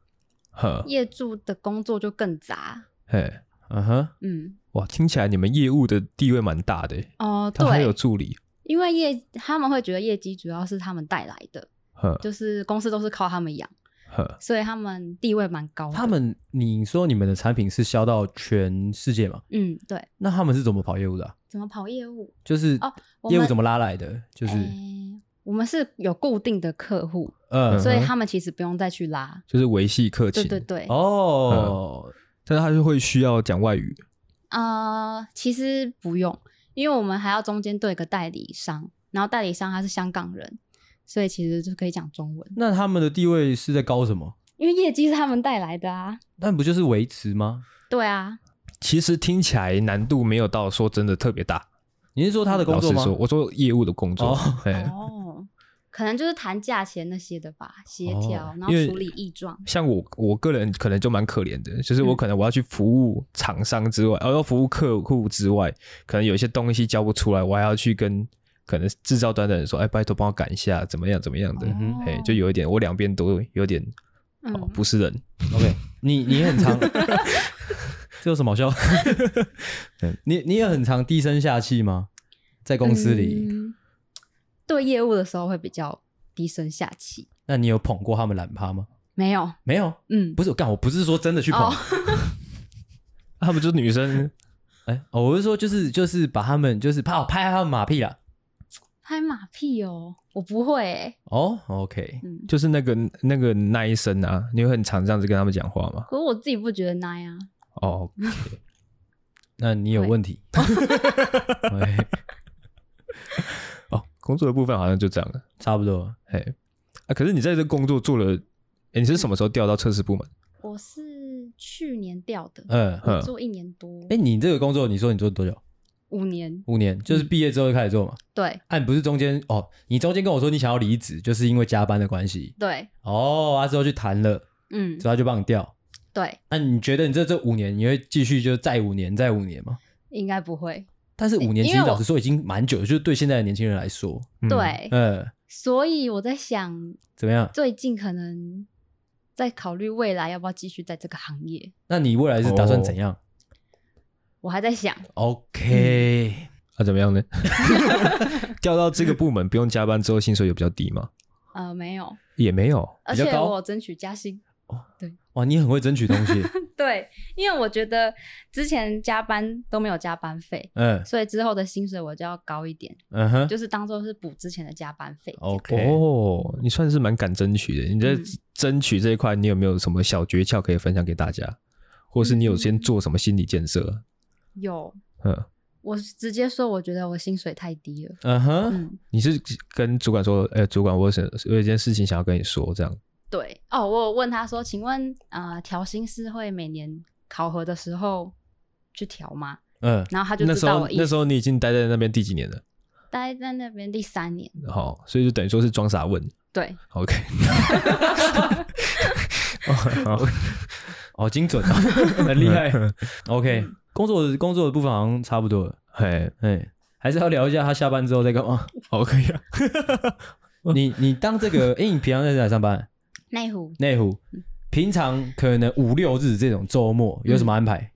S2: 呵，
S3: 业助的工作就更杂。
S2: 嘿，
S1: 嗯哼，
S3: 嗯，
S2: 哇，听起来你们业务的地位蛮大的耶，欸
S3: 哦，
S2: 他还有
S3: 对，
S2: 助理，
S3: 因为业他们会觉得业绩主要是他们带来
S1: <laughs>
S3: 的，
S2: 呵
S3: 就是公司都是靠他们养，
S2: 呵，
S3: 所以他们地位蛮高的。
S1: 他们，你说你们的产品是销到全世界嘛？
S3: 嗯，对，
S1: 那他们是怎么跑业务的啊、
S3: 怎么跑业务？
S1: 就是
S3: 哦我
S1: 业务
S3: 们哎
S1: 怎么拉来的？就是
S3: 诶我们是有固定的客户，
S1: 嗯，
S3: 所以他们其实不用再去拉。
S2: 就是维系客
S3: 对
S2: 情，
S3: 对对，
S1: 哦，
S2: 但是他就会需要讲外语，
S3: 呃，其实不用，因为我们还要中间对一个代理商，然后代理商他是香港人，所以其实就可以讲中文，
S1: 那他们的地位是在高什么？
S3: 因为业绩是他们带来的啊。
S1: 那不就是维持吗？
S3: 对啊，
S2: 其实听起来难度没有到说真的特别大。
S1: 你是说他的工
S2: 老实
S1: 作吗？
S2: 说，我做业务的工作 <laughs>
S1: 哦，
S2: 哎，
S3: 哦，可能就是谈价钱那些的吧，协调，
S2: 哦
S3: 然后
S2: 因为
S3: 处理异状。
S2: 像我我个人可能就蛮可怜的，就是我
S3: 嗯
S2: 可能我要去服务厂商之外，而、哦要服务客户之外，可能有一些东西交不出来，我还要去跟可能制造端的人说，哎，拜托帮我赶一下，怎么样怎么样的，
S1: 嗯哼
S2: 哎、就有一点我两边都有点、
S3: 嗯
S2: 哦、不是
S1: <laughs>
S2: 人，
S1: OK，你你很
S2: <laughs>
S1: 常，这有什么好笑？
S2: 嗯
S1: 你你也很常低声下气吗？在公司里，
S3: 嗯对业务的时候会比较低声下气，
S1: 那你有捧过他们懒趴吗？
S3: 没有，
S1: 没有，
S3: 嗯，
S1: 不是，干我不是说真的去捧，
S3: 哦
S2: 他们就是女生，
S1: <laughs> 哎、哦我是说就是就是把他们就是啪拍他们马屁啦。
S3: 拍马屁哦，我不会、欸，
S1: 哦，OK，
S3: 嗯，
S2: <laughs> 就是那个那个那一声啊，你会很常这样子跟他们讲话吗？
S3: 可是我自己不觉得那样、啊
S2: 哦，
S1: 那你有问题？
S3: 哦
S1: <laughs> 喂
S2: 哦，工作的部分好像就这样了，
S1: 差不多。
S2: 哎，啊，可是你在这工作做了，哎，你是什么时候调到测试部门？
S3: 我是去年调的，
S1: 嗯，哎、
S2: 嗯
S3: 我做一年多，
S1: 你这个工作，你说你做多久？
S3: 五年，
S1: 五年，
S3: 嗯
S1: 就是毕业之后就开始做嘛？
S3: 对
S1: 啊，你不是中间哦？你中间跟我说你想要离职，就是因为加班的关系。
S3: 对，
S1: 哦，啊之后去谈了，
S3: 嗯
S1: 之，后他就帮你调。
S3: 对，
S1: 那、你觉得你这这五年，你会继续就再五年再五年吗？
S3: 应该不会，
S1: 但是五年其
S3: 因为
S1: 实
S3: 我
S1: 老实说已经蛮久了，就是对现在的年轻人来说，
S2: 嗯，
S3: 对，
S1: 呃，
S3: 所以我在想，
S1: 怎么样？
S3: 最近可能在考虑未来要不要继续在这个行业，
S1: 那你未来是打算
S3: 哦
S1: 怎样、
S3: 我还在想，
S1: o
S3: 嗯
S1: k
S2: 啊，怎么样呢？ <laughs> 调到这个部门不用加班之后，薪水有比较低吗？
S3: 呃，没有，
S2: 也没有，
S3: 而
S1: 比较
S3: 且
S1: 高
S3: 我有争取加薪， <laughs>
S1: 哇，你很会争取东西，
S3: 对，因为我觉得之前加班都没有加班费，
S1: 嗯
S3: 所以之后的薪水我就要高一点，
S1: 嗯哼
S3: 就是当做是补之前的加班费。
S1: ，OK，
S2: 哦，你算是蛮敢争取的。你在
S3: 嗯
S2: 争取这一块，你有没有什么小诀窍可以分享给大家？或是你有先做什么心理建设？
S3: 有，
S2: 嗯，
S3: 我直接说，我觉得我薪水太
S2: <laughs>
S3: 低了。
S1: 嗯哼，
S3: 嗯，
S2: 你是跟主管说，哎，主管，我有什我有一件事情想要跟你说，这样
S3: 对。哦，我有问他说，请问呃，调薪是会每年考核的时候去调吗？
S1: 嗯，
S3: 然后他就
S2: 那
S3: 知
S2: 时
S3: 道
S2: 候
S3: 我意
S2: 那时
S3: 思。
S2: 候你已经待在那边第几年了？
S3: 待在那边第三年，
S2: 好，所以就等于说是装傻问。
S3: 对
S2: <laughs> OK，哦
S1: 哦，精准，
S2: 啊 <laughs>
S1: 很厉害，OK，工
S2: 嗯
S1: 作工作的部分好像差不多了，
S2: 嘿
S1: 哎，还是要聊一下他下班之后在干嘛。 <laughs>
S2: ，OK
S3: <laughs>
S2: 啊，
S1: 你你当这个，哎、你平常在哪上班？
S3: 内湖
S1: 内湖，
S3: 嗯
S1: 平常可能五六日这种周末有什么安排？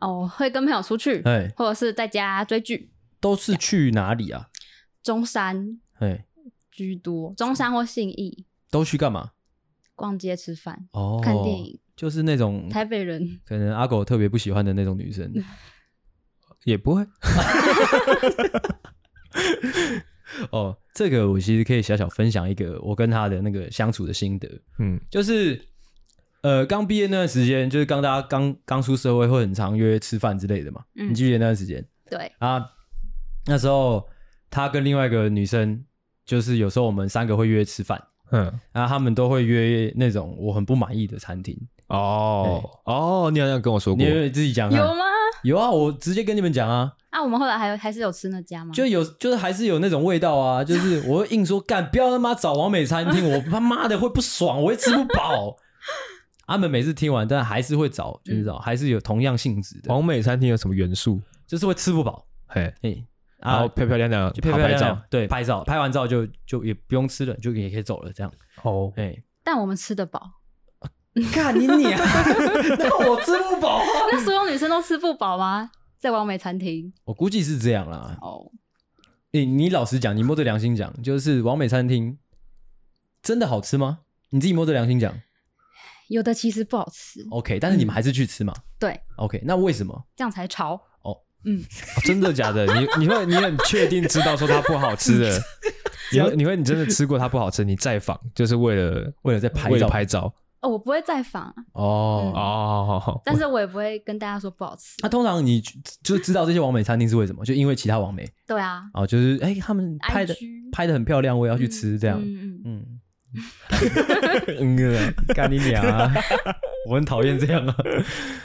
S3: 哦，会跟朋友出去，
S1: 哎、
S3: 或者是在家追剧，
S1: 都是去哪里啊？
S3: 中山
S1: 哎、
S3: 居多，中山或信义
S1: 都去干嘛？
S3: 逛街吃饭，
S1: 哦，
S3: 看电影，
S1: 就是那
S2: 嗯
S1: 种
S3: 台嗯北人
S1: 可能阿狗特别不喜欢的那种女生。
S2: 也不会。
S1: 哦，这个我其实可以小小分享一个我跟她的那个相处的心得，
S2: 嗯，
S1: 就是。呃，刚毕业那段时间，就是刚大家刚刚出社会，会很常约吃饭之类的嘛。
S3: 嗯
S1: 你记不记得那段时间？
S3: 对，
S2: 哎
S1: 啊，那时候他跟另外一个女生，就是有时候我们三个会约吃饭，
S2: 嗯，
S1: 然后他们都会约那种我很不满意的餐厅。
S2: 哦哦，你好像跟我说
S1: 你
S2: 过
S1: 有，没有自己讲看
S3: 有吗？
S1: 有啊，我直接跟你们讲啊，
S3: 啊，我们后来还有还是有吃那家吗？
S1: 就有就是还是有那种味道
S3: <laughs>
S1: 啊，就是我会硬说干，不要他妈找完美餐厅，我他妈的会不爽，我会吃不饱。 <laughs> 他们每次听完，但还是会找，就是找，还是有同样性质的，
S2: 完美餐厅有什么元素？
S1: 就是会吃不饱。
S2: 嘿，
S1: 哎，
S2: 然后
S1: 啊，
S2: 漂漂亮亮，
S1: 就拍
S2: 好
S1: 拍
S2: 拍
S1: 照
S2: 照，，
S1: 对，拍照，拍完照就就也不用吃了，就也可以走了，这样。
S2: 哦，
S1: 哎、
S3: 但我们吃得饱，
S1: 看你你啊，那我吃不饱、啊。
S3: 那所有女生都吃不饱吗？在完美餐厅
S1: 我估计是这样啦。
S3: 哦，
S1: 你你老实讲，你摸着良心讲，就是完美餐厅真的好吃吗？你自己摸着良心讲
S3: 有的其实不好吃，
S1: ，OK，但是你们还是去吃嘛、
S3: 对，
S1: o k 那为什么？
S3: 这样才潮
S1: 哦。
S3: 嗯，
S2: 真的假的？你你会你很确定知道说它不好吃 <laughs> 的？你会你会你真的吃过它不好吃，你再访就是为了
S1: 为了在拍
S2: 为了
S1: 照
S2: 拍照
S3: 哦，我不会再访，
S1: 哦。
S3: 嗯
S1: 啊
S2: 哦，
S3: 但是我也不会跟大家说不好吃。
S1: 那、通常你就知道这些完美餐厅是为什么，就因为其他完美
S3: 对啊，
S1: 哦，就是哎、他们拍的
S3: IG
S1: 拍的很漂亮，我也要去
S3: 嗯
S1: 吃这样。
S3: 嗯嗯，
S1: 嗯，
S2: 嗯啊，
S1: 干、你娘啊！我很讨厌这样啊。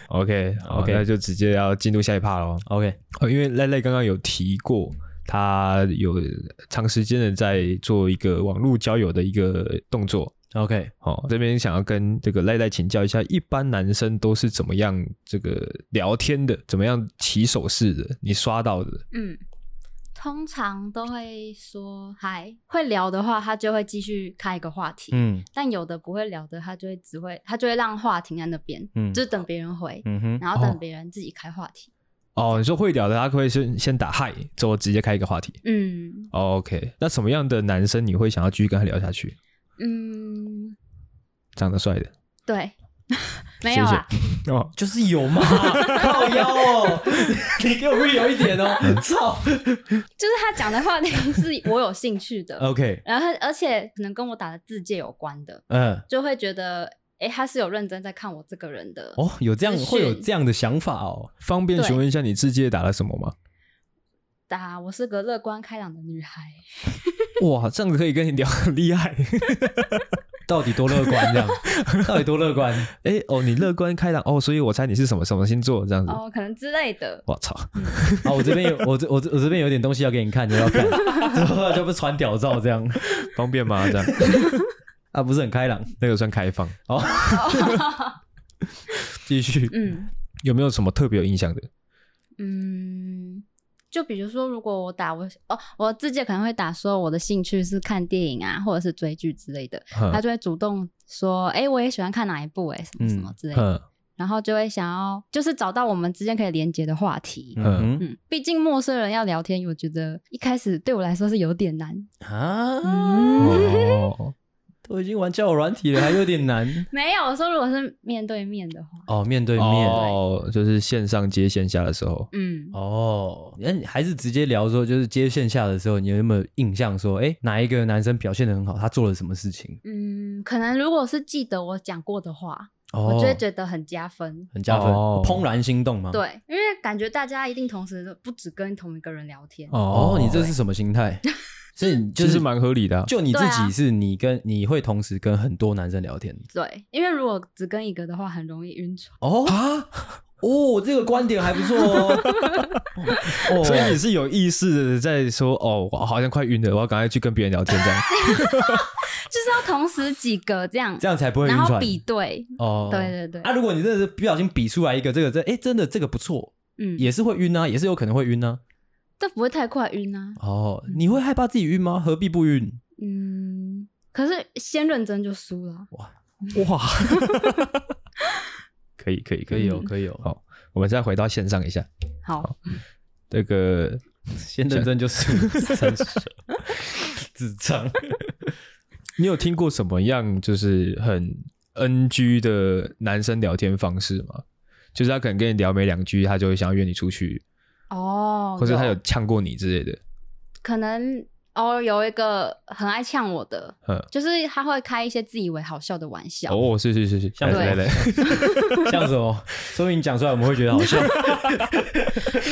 S2: OK 好
S1: OK
S2: 那就直接要进入下一趴喽。
S1: OK，
S2: 哦，因为赖赖刚刚有提过，他有长时间的在做一个网络交友的一个动作。
S1: OK，
S2: 哦，这边想要跟这个赖赖请教一下，一般男生都是怎么样这个聊天的，怎么样起手式的？你刷到的，
S3: 嗯，通常都会说嗨，会聊的话，他就会继续开一个话题。
S1: 嗯
S3: 但有的不会聊的，他就会只会他就会让话停在那边，
S1: 嗯
S3: 就等别人回，
S1: 嗯哼，
S3: 然后
S2: 哦
S3: 等别人自己开话题。
S2: 哦，你说会聊的，他会先先打嗨，之后直接开一个话题。
S3: 嗯
S2: OK，那什么样的男生你会想要继续跟他聊下去？
S3: 嗯，
S2: 长得帅的，
S3: 对，没有啊啦，
S2: 哦，
S1: 就是有嘛，靠腰哦， <laughs> 你给我 real 一点哦，操。
S3: 就是他讲的话题是我有兴趣的，
S1: OK，
S3: 然后他而且可能跟我打的字界有关的，
S1: 嗯，
S3: 就会觉得诶，他是有认真在看我这个人的。
S1: 哦，有这样
S3: 资讯
S1: 会有这样的想法哦。
S2: 方便
S3: 对
S2: 询问一下你字界打了什么吗？
S3: 打我是个乐观开朗的女孩，
S2: 哇，这样子可以跟你聊，很厉害。
S1: <laughs> 到底多乐观这样？到底多乐观？
S2: 哎、哦，你乐观开朗哦，所以我猜你是什么什么星座这样子。
S3: 哦，可能之类的。
S2: 我操！ <laughs>
S1: 好，我这边有我这我这我这边有点东西要给你看，你要看， <laughs> 之后就不传屌照这样
S2: 方便吗？这样
S1: <laughs> 啊，不是很开朗。
S2: 那个算开放。哦
S1: 好，继续。
S3: 嗯
S2: 有没有什么特别有印象的？
S3: 嗯，就比如说，如果我打我哦，我自己可能会打说我的兴趣是看电影啊，或者是追剧之类的，
S2: 哼
S3: 他就会主动说，哎、我也喜欢看哪一部、哎，什么什么
S1: 嗯
S3: 之类的，
S2: 哼
S3: 然后就会想要就是找到我们之间可以连接的话题。
S1: 嗯
S3: 嗯，毕竟陌生人要聊天，我觉得一开始对我来说是有点难。
S1: 哼啊，
S3: 嗯，
S2: <laughs> 哦，
S1: 都已经玩交友软体了，还有点难
S3: 没有，我说如果是面对面的话，
S1: 哦。面对面
S2: 哦，就是线上接线下的时候，
S3: 嗯，
S1: 哦，那你还是直接聊说，就是接线下的时候，你有没有印象说，哎，哪一个男生表现的很好，他做了什么事情？
S3: 嗯，可能如果是记得我讲过的话，
S1: 哦，
S3: 我就会觉得很加分。
S1: 很加分，
S2: 哦
S1: 怦然心动吗？。
S3: 对，因为感觉大家一定同时都不止跟同一个人聊天。
S1: 哦，你这是什么心态？
S3: <laughs>
S1: 所以你就
S2: 其
S1: 是
S2: 实蛮合理的啊、 <laughs>
S1: 就你自
S3: 对啊
S1: 己是你跟你会同时跟很多男生聊天
S3: 对，因为如果只跟一个的话，很容易晕船。 <laughs>
S1: 哦啊哦，这个观点还不错哦。 <laughs> 哦
S2: 所以你是有意识的在说，哦，我好像快晕了，我要赶快去跟别人聊天这 <laughs> 样。
S3: 就是要同时几个这样，
S1: 这样才不会晕
S3: 然后
S1: 船
S3: 比对。
S1: 哦。
S3: 对对对，
S1: 啊，如果你真的是不小心比出来一个这个这哎，真的这个不错，
S3: 嗯，
S1: 也是会晕啊，也是有可能会晕啊。
S3: 但不会太快晕啊。
S1: 哦，你会害怕自己晕吗？何必不晕？
S3: 嗯，可是先认真就输了。
S2: 哇，可以可以可
S1: 可
S2: 以
S1: 以哦
S2: 哦，，
S1: 可以哦。
S2: 好我们再回到线上一下，
S3: 好，
S2: 这个
S1: 先认真就是 <laughs> 真是智障。
S2: 你有听过什么样就是很 NG 的男生聊天方式吗？就是他可能跟你聊没两句，他就会想要约你出去，
S3: 哦，
S2: 或者他有呛过你之类的。
S3: 可能哦，有一个很爱呛我的，
S2: 嗯，
S3: 就是他会开一些自以为好笑的玩笑。
S2: 哦，是是是是，
S1: 像
S2: 来来
S1: 对
S2: 来，
S1: 像什么？哦说明你讲出来我们会觉得好笑。
S3: 没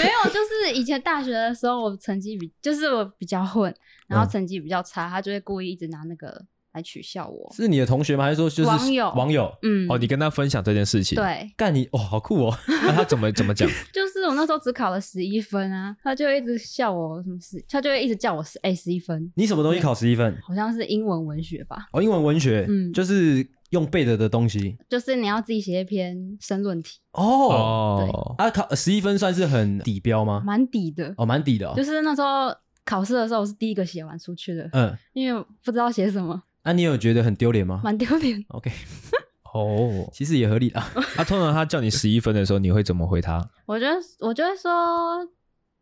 S3: 有，就是以前大学的时候，我成绩比就是我比较混，然
S1: 嗯
S3: 后成绩比较差，他就会故意一直拿那个来取笑我。
S1: 是你的同学吗？还是说就是
S3: 网友
S1: 网友
S3: 嗯，
S2: 哦，你跟他分享这件事情，，
S3: 对，
S1: 干你哦，好酷哦！
S2: 那他怎么怎么讲？
S3: 就是我那时候只考了十一分啊，他就一直笑我什么事，他就会一直叫我十哎十一分，
S1: 你什么东西考十一分？
S3: 好像是英文文学吧，
S1: 哦，英文文学，
S3: 嗯
S1: 就是用背的的东西。
S3: 就是你要自己写一篇申论题，
S1: 哦，
S2: 哦，
S1: 啊，考十一分算是很底标吗？
S3: 蛮底的，
S1: 哦，蛮底的哦
S3: 就。是那时候考试的时候我是第一个写完出去的，
S1: 嗯，
S3: 因为不知道写什么，
S1: 那啊你有觉得很丢脸吗
S3: 蛮丢脸。
S1: ？OK，
S2: 哦，
S1: 其实也合理啦。
S2: 他通常他叫你十一分的时候，你会怎么回他？
S3: 我觉得我就会说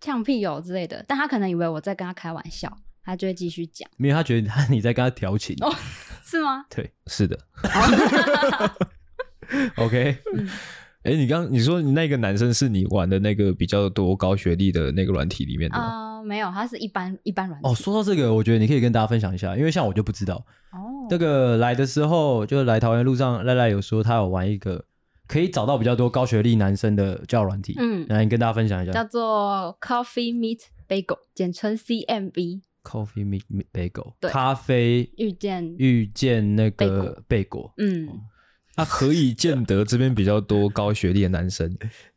S3: 呛屁友之类的，但他可能以为我在跟他开玩笑，他就会继续讲，
S1: 因为他觉得他你在跟他调情。
S3: 哦是吗？
S2: 对，是的。
S1: OK，
S2: 哎，你刚你说你那个男生是你玩的那个比较多高学历的那个软体里面的吗？
S3: 呃，没有，他是一般一般软
S1: 哦，
S3: 体
S1: 说到这个，我觉得你可以跟大家分享一下，因为像我就不知道。
S3: 哦
S1: 那个来的时候，就来桃园路上，赖赖有说他有玩一个可以找到比较多高学历男生的交友软体，
S3: 嗯
S1: 来你跟大家分享一
S3: 叫
S1: 下。
S3: 做 Coffee Meet Bagel，简称 CMB，
S1: Coffee Meet Meet Bagel，
S3: 对
S1: 咖啡
S3: 遇见
S1: 呃遇见那个贝果，
S3: 嗯，
S2: 啊，何以见得这边比较多高学历的男生？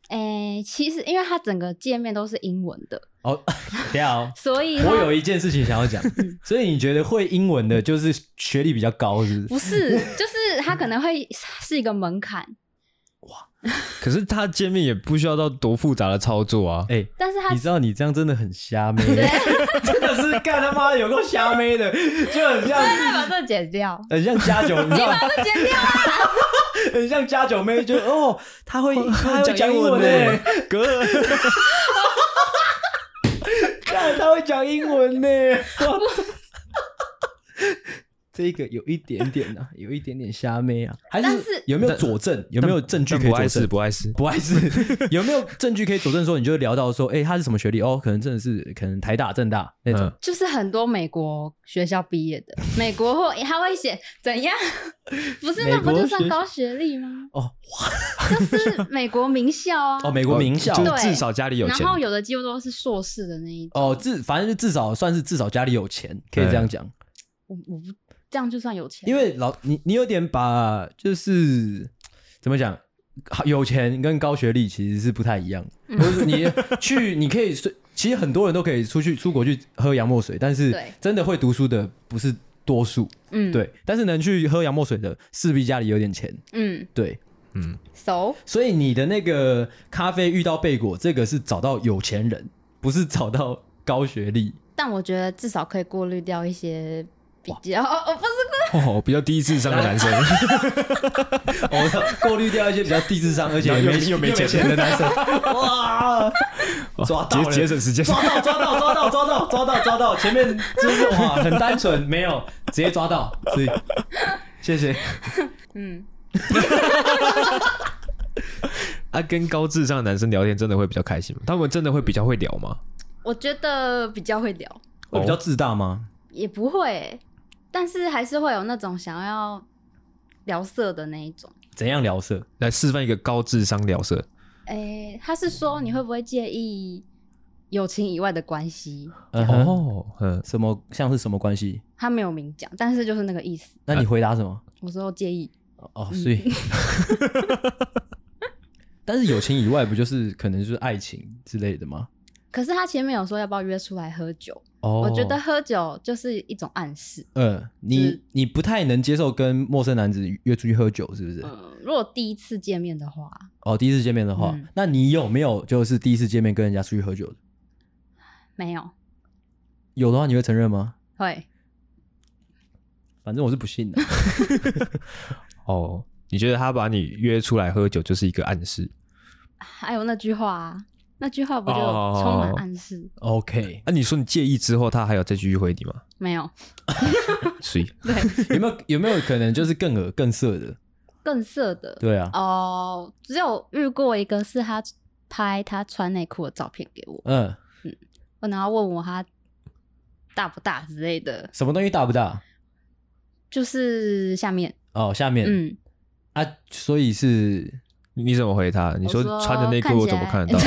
S3: 哎、其实因为它整个界面都是英文的，
S1: 哦，等一下哦，
S3: 所以
S1: 我
S3: 它
S1: 有一件事情想要讲，所以你觉得会英文的，就是学历比较高，是不是？
S3: 不
S1: <laughs>
S3: 是，就是它可能会是一个门槛，
S2: 可是他界面也不需要到多复杂的操作啊。
S1: 哎、
S3: 但是它
S1: 你知道你这样真的很瞎
S3: <laughs>
S1: 妹，真的是干他妈的有够瞎妹的，就很像
S3: 再把这剪掉，
S1: 很像家酒，你知道吗？
S3: 这剪掉，啊
S1: <laughs> 很像家酒妹，就哦，她
S3: <laughs>
S1: 会她会讲
S2: 讲
S1: 英
S2: 英
S1: 文欸
S2: 文
S1: 呢
S2: 呢，哥，
S1: <laughs> 看她会讲英文呢，
S3: <laughs>
S1: 我操这个有一点点啊，有一点点瞎妹啊，还
S3: 但是
S1: 有没有佐证？有没有证据
S2: 但
S1: 可以佐
S2: 不碍事，
S1: 证？
S2: 不碍事。
S1: <laughs> 不碍事，
S2: <laughs>
S1: 有没有证据可以佐证说你就聊到说，哎、他是什么学历？哦，可能真的是可能台大、政大啊那种。
S2: 嗯
S3: 就是很多美国学校毕业
S1: <laughs>
S3: 的，美国或他会写怎样？ <laughs> 不是，那不就算高学历吗？
S1: 哦
S3: 就是美国名校啊，
S1: 哦，美国名校
S2: 就
S3: 对
S2: 至少家里有
S3: 然
S2: 钱。
S3: 后有的几乎都是硕士的那一种，
S1: 哦，至反正就至少算是至少家里有钱，可以这样讲。
S3: 我我不这样就算有钱，
S1: 因为老你你有点把就是怎么讲，好有钱跟高学历其实是不太一样。
S3: 嗯
S1: 就是你去你可以随，其实很多人都可以出去出国去喝洋墨水，但是
S3: 对
S1: 真的会读书的不是多数。
S3: 嗯
S1: 对，但是能去喝洋墨水的势必家里有点钱。
S3: 嗯
S1: 对，
S2: 嗯，
S3: 熟
S1: 所以你的那个咖啡遇到贝果，这个是找到有钱人，不是找到高学历。
S3: 但我觉得至少可以过滤掉一些比较哦哦不是
S2: 哦，比较低智商的
S1: <laughs>
S2: 男生，
S1: 哦，过滤掉一些比较低智商，而且
S2: 然后
S1: 又
S2: 又
S1: 没
S2: 又没
S1: 钱
S2: 钱
S1: 的男生。哇，抓到
S2: 节
S1: 了，
S2: 节
S1: <laughs>
S2: 省时间。
S1: 抓到，抓到，抓到，抓到，抓到，抓到！前面就是哇，很单纯， <laughs> 没有直接抓到，所以谢谢。
S3: 嗯
S2: 啊，跟高智商的男生聊天真的会比较开心吗？他们真的会比较会聊吗？
S3: 我觉得比较会聊，
S1: 会比较自大吗？
S3: 也不会欸、但是还是会有那种想要聊色的那一种。
S1: 怎样聊色？
S2: 来示范一个高智商聊色。
S3: 哎、他是说你会不会介意友情以外的关系？
S1: 嗯哼，
S2: 哦，嗯，
S1: 什么像是什么关系？
S3: 他没有明讲，但是就是那个意思。
S1: 那你回答什么？
S3: 我说介意，
S1: 哦，所以，
S3: 嗯
S1: <laughs> 但是友情以外，不就是可能就是爱情之类的吗？
S3: 可是他前面有说要不要约出来喝酒，
S1: 哦
S3: 我觉得，喝酒就是一种暗示。
S1: 呃，你你不太能接受跟陌生男子约出去喝酒，是不是？
S3: 嗯，如果第一次见面的话，
S1: 哦，第一次见面的话
S3: 嗯，
S1: 那你有没有就是第一次见面跟人家出去喝酒的？
S3: 没有
S1: 有的话，你会承认吗？
S3: 会
S1: 反正我是不信的。
S2: 哦，你觉得他把你约出来喝酒就是一个暗示？
S3: 还有那句话、啊，那句话不就
S2: 哦
S3: 充满暗示？
S1: <laughs> OK，
S2: 啊，你说你介意之后，他还有再继续回你吗？
S3: 没有，
S2: 所以
S3: 对，
S1: 有没有有没有可能就是更恶更色
S3: 嗯
S1: 的？
S3: 更色的。
S1: 对啊，
S3: 哦，只有遇过一个是他拍他穿内裤的照片给我，
S1: 嗯，
S3: 然后问我他大不大之类的，
S1: 什么东西大不大？
S3: 就是下面，
S1: 哦，下面、
S3: 嗯，
S1: 啊，所以是
S2: 你怎么回他？你说
S3: 我说
S2: 穿着内裤我怎么看得到？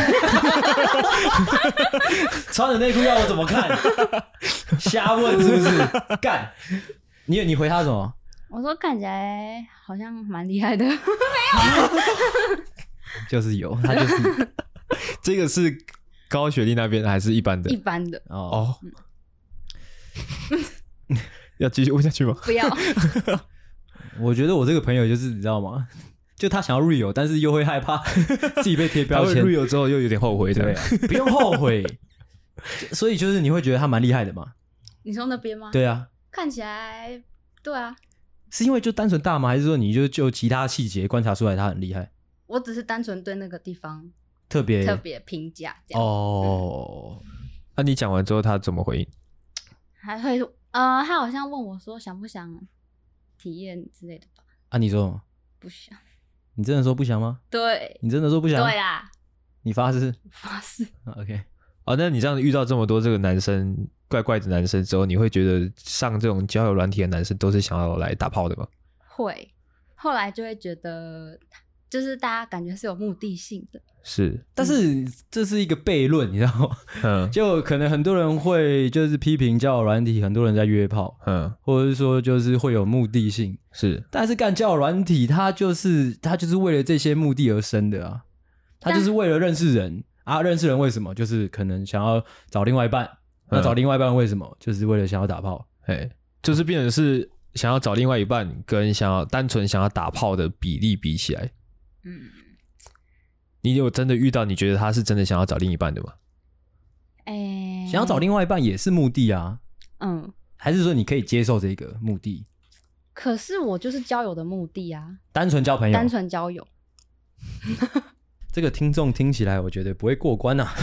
S1: 穿着内裤要我怎么
S3: <laughs>
S1: 看？瞎问是不是？干！你你回他什么？
S3: <laughs> 我说看起来好像蛮厉害的，
S1: 就是有，他 <laughs> 就是
S2: 这个是高学历那边还是一般的
S3: 一？般的，
S1: 哦。
S2: 哦，要继续问下去 <laughs> 吗？
S3: 不要， <laughs>
S1: 我觉得我这个朋友就是你知道吗？ <laughs> 就他想要 real，但是又会害怕 <laughs> 自己被贴
S2: 然
S1: 标
S2: 后
S1: 签。
S2: real 之后又有点后悔的。
S1: 对啊，不用后悔。 <laughs> 就所以就是你会觉得他蛮厉害的嘛？
S3: 你说那边吗？，
S1: 对啊，
S3: 看起来，对啊，
S1: 是因为就单纯大吗？还是说你就就其他细节观察出来他很厉害，
S3: 我只是单纯对那个地方
S1: 特别
S3: 特别评价这样，
S1: 哦？
S2: 那啊你讲完之后，他怎么回应？
S3: 还会，呃，他好像问我说想不想体验之类的吧，
S1: 啊，你说什么
S3: 不想，
S1: 你真的说不想吗？
S3: 对，
S1: 你真的说不
S3: 对啊嗯
S1: 想？
S3: 啦，
S1: 你发誓
S3: 发 <laughs> 誓。
S1: 啊？OK，
S2: 哦，那你这样遇到这么多这个男生怪怪的男生之后，你会觉得上这种交友软体的男生都是想要来打炮的吗？
S3: 会，后来就会觉得，就是大家感觉是有目的性的，
S2: 是，
S1: 但是这是一个悖论，你知道吗？ <laughs>
S2: 嗯
S1: 就可能很多人会就是批评交友软体，很多人在约炮，
S2: 嗯，
S1: 或者是说就是会有目的性。
S2: 是
S1: 但是干交友软体，它就是它就是为了这些目的而生的啊，它
S3: 但
S1: 就是为了认识人啊，认识人为什么？就是可能想要找另外一半，那找另外一半为什么？就是为了想要打炮。
S2: 哎，就是变成是想要找另外一半跟想要单纯想要打炮的比例比起来，
S3: 嗯，
S2: 你有真的遇到你觉得他是真的想要找另一半的吗？
S3: 哎，
S1: 想要找另外一半也是目的啊，
S3: 嗯，
S1: 还是说你可以接受这个目的？
S3: 可是我就是交友的目的啊，
S1: 单纯交朋友，
S3: 单纯交友。
S1: 这个听众听起来，我觉得不会过关啊。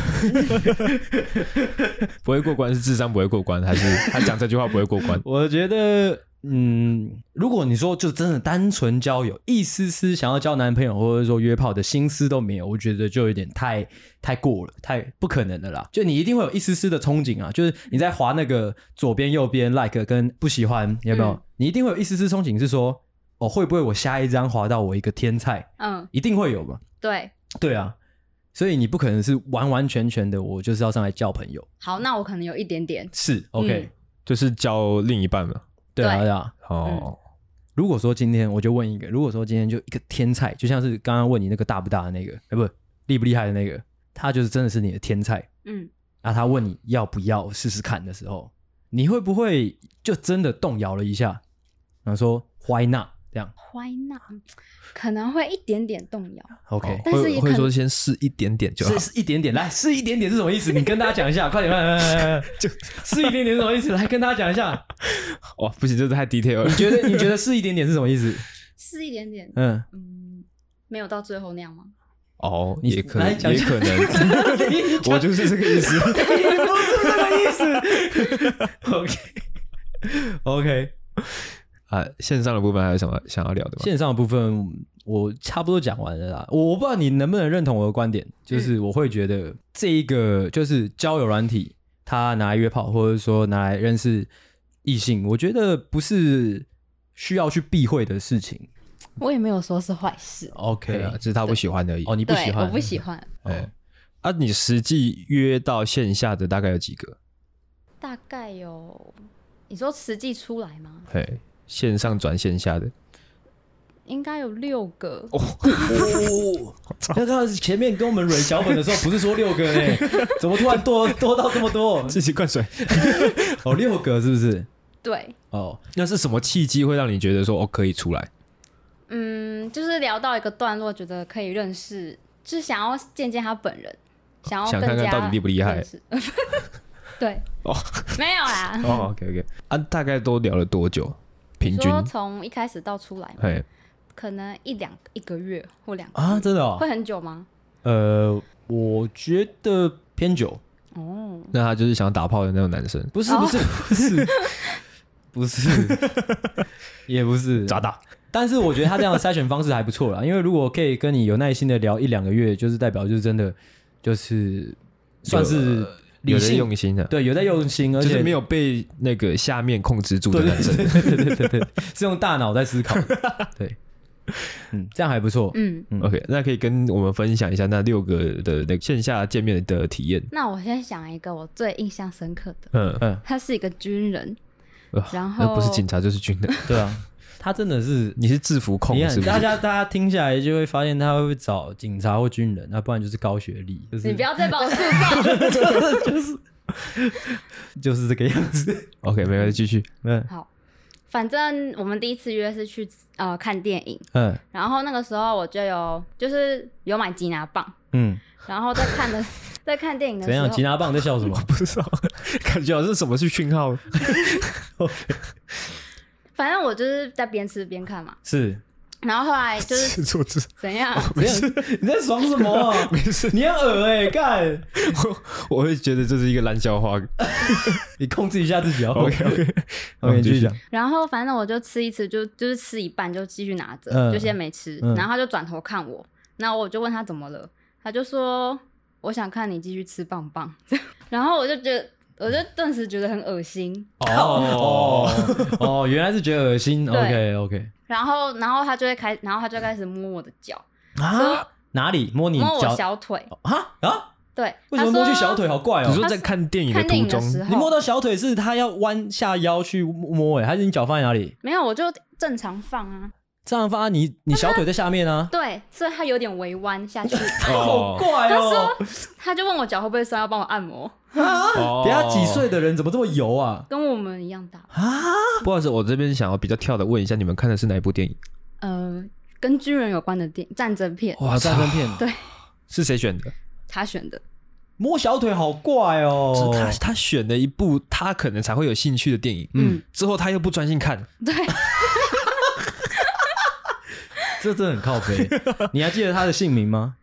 S2: 不会过关是智商不会过关，还
S1: <laughs>
S2: 是他讲这句话不会过关？
S1: 我觉得，嗯，如果你说就真的单纯交友，一丝丝想要交男朋友或者说约炮的心思都没有，我觉得就有点太太过了，太不可能的啦。就你一定会有一丝丝的憧憬啊，就是你在滑那个左边、右边 like 跟不喜欢，有没有？
S3: 嗯
S1: 你一定会有一丝丝憧憬，是说哦，会不会我下一张滑到我一个天菜？
S3: 嗯，
S1: 一定会有嘛？
S3: 对。
S1: 对啊，所以你不可能是完完全全的，我就是要上来交朋友。
S3: 好，那我可能有一点点。
S1: 是 OK，、
S2: 就是交另一半嘛。
S1: 对啊，
S3: 嗯对
S1: 对啊。
S2: 哦，
S1: 如果说今天我就问一个，如果说今天就一个天才，就像是刚刚问你那个大不大的那个，哎、不厉不厉害的那个，他就是真的是你的天才。
S3: 嗯，
S1: 那他问你要不要试试看的时候，你会不会就真的动摇了一下，然后说 Why not？这样
S3: 怀纳可能会一点点动摇。
S1: OK？、
S3: 但是
S2: 会
S3: 也
S2: 会
S3: 可
S2: 说先试一点点就好
S1: 是，是一点点，来试一点点是什么意思？你跟大家讲一 <laughs> 下，快点，快点，快点，快点， <laughs> 就是一点点是什么意思？来跟大家讲一下，
S2: 哇，哦不行，这太 detail 了
S1: 你。觉得你觉得是一点点是什么意思？
S3: 是一点点，
S1: 嗯，
S3: 嗯，没有到最后那样吗？
S2: 哦，
S1: 你
S2: 也可
S1: 来
S2: 能，
S1: 讲一
S2: 也
S1: 下
S2: 可能，
S1: <laughs>
S2: 我就是这个意思。
S1: OK <laughs> OK，
S2: 啊，线上的部分还有什么想要聊的吗？
S1: 线上的部分我差不多讲完了啦。我我不知道你能不能认同我的观点，就是我会觉得这一个就是交友软体，它拿来约炮，或者说拿来认识异性，我觉得不是需要去避讳的事情。
S3: 我也没有说是坏事。
S1: OK
S2: 对啊，只是他不喜欢而已。
S1: 哦，你不哦喜
S3: 对，
S1: 欢？
S3: 我不喜欢。
S2: 哎，啊，你实际约到线下的大概有几个？
S3: 大概有，你说实际出来吗？
S2: 嘿，线上转线下的，
S3: 应该有六个。
S1: 哦，那他前面跟我们蕊脚本的时候，不是说六个呢？怎么突然多多到这么
S2: <laughs>
S1: 多？
S2: 自己灌水。
S1: <laughs> 哦，六个是不是？
S3: 对，
S1: 哦，
S2: 那是什么契机会让你觉得说哦可以出来？
S3: 嗯，就是聊到一个段落，觉得可以认识，就是想要见见他本人，想要
S2: 想
S3: 更
S2: 看看
S3: 加
S2: 到底厉不厉害
S3: 认识。 <laughs> 对，
S2: <laughs> 哦，
S3: 没有啦。
S2: 哦，OK OK，啊，大概都聊了多久？平均？
S3: 说从一开始到出来嘛，
S2: 嘿，
S3: 可能一两一个月或两个
S1: 啊，
S3: 月
S1: 真的哦，
S3: 会很久吗？
S1: 呃，我觉得偏久，
S3: 哦，
S2: 那他就是想打炮的那种男生，
S1: 不是
S3: 哦
S1: 不是、不是不
S2: <laughs>
S1: 是，也不是
S2: 咋。打？
S1: 但是我觉得他这样的筛选方式还不错啦，因为如果可以跟你有耐心的聊一两个月，就是代表就是真的就是算是理
S2: 有人
S1: 性
S2: 用心的，
S1: 对有在用心，而
S2: 就
S1: 且
S2: 是没有被那个下面控制住的
S1: 对对
S2: 男生。
S1: 对对对对对，是用大脑在思
S2: <laughs>
S1: 考的，对，嗯，这样还不错。
S3: 嗯，
S1: 嗯
S2: <laughs> OK，那可以跟我们分享一下那六个的那个线下见面的体验。
S3: 那我先想一个我最印象深刻的，
S2: 嗯，
S1: 嗯，
S3: 他是一个军人，
S2: 呃
S3: 然后
S2: 那不是警察就是军 <laughs> 人，
S1: 对啊，他真的是
S2: 你是制服控
S1: 你看，
S2: 是不
S1: 大
S2: 是？
S1: 家大家听下来就会发现，他会找警察或军人，那不然就是高学历，就是
S3: 你不要再把我塑造。
S1: 就是这个样子。
S2: OK，没关系，继续。
S1: 嗯
S3: 好，反正我们第一次约是去呃看电影，
S1: 嗯
S3: 然后那个时候我就有就是有买吉拿棒，
S1: 嗯，
S3: 然后在
S1: <laughs>
S3: 看的在看电影的
S1: 怎
S3: 时候
S1: 样？，吉拿棒在笑什么？
S2: 不知道， <laughs> 感觉好像是什么是讯 <laughs> 号。
S3: 反正我就是在边吃边看嘛，
S1: 是
S3: 然后后来就是
S2: 制 <laughs> 作制，
S1: <laughs>
S3: 怎样？
S1: 怎样？你在爽什么啊？
S2: <laughs> 没事，
S1: 你很恶哎、干！
S2: 我我会觉得这是一个烂笑话。
S1: 你控制一下自己哦。
S2: OK
S1: <laughs>
S2: OK，
S1: OK，你继续讲。。
S3: 然后反正我就吃一吃，就就是吃一半就继续拿着，
S1: 嗯
S3: 就先没吃。
S1: 嗯
S3: 然后他就转头看我，那我就问他怎么了，他就说我想看你继续吃棒棒。 <laughs> 然后我就觉得，我就顿时觉得很恶心。
S1: 哦哦哦，原来是觉得恶心。OK
S3: 对
S1: OK
S3: 然后，然后他就会开，然后他就开始摸我的脚，
S1: 啊，哪里摸你
S3: 摸我
S1: 脚
S3: 小腿，
S1: 啊啊？
S3: 对，
S1: 为什么
S3: 他说
S1: 摸去小？腿？好怪
S2: 你
S1: 哦！
S2: 说在看电影的
S3: 看电
S2: 途
S3: 影的
S2: 中，
S3: 时候，
S1: 你摸到小腿是他要弯下腰去摸、欸，哎，还是你脚放在哪里？
S3: 没有，我就正常放啊。
S1: 这样放在你你小腿在下面啊，
S3: 对，所以他有点微弯
S1: <laughs>
S3: 下去，
S1: 好
S2: 哦
S1: 怪
S3: 他
S1: 哦！
S3: 说他就问我脚会不会酸，要帮我按摩，
S2: 哦
S1: 等一下几岁的人怎么这么油啊？
S3: 跟我们一样大。
S1: 啊，
S2: 不好意思，我这边想要比较跳的问一下，你们看的是哪一部电影？
S3: 呃，跟军人有关的电战争片，
S2: 哇
S1: 战争片
S3: 对
S2: 是谁选的？
S3: 他选的。
S1: 摸小腿好怪哦
S2: 是！他他选的一部他可能才会有兴趣的电影，
S3: 嗯，
S2: 之后他又不专心看，
S3: 对，
S1: 这真的很靠背。你还记得他的姓名吗？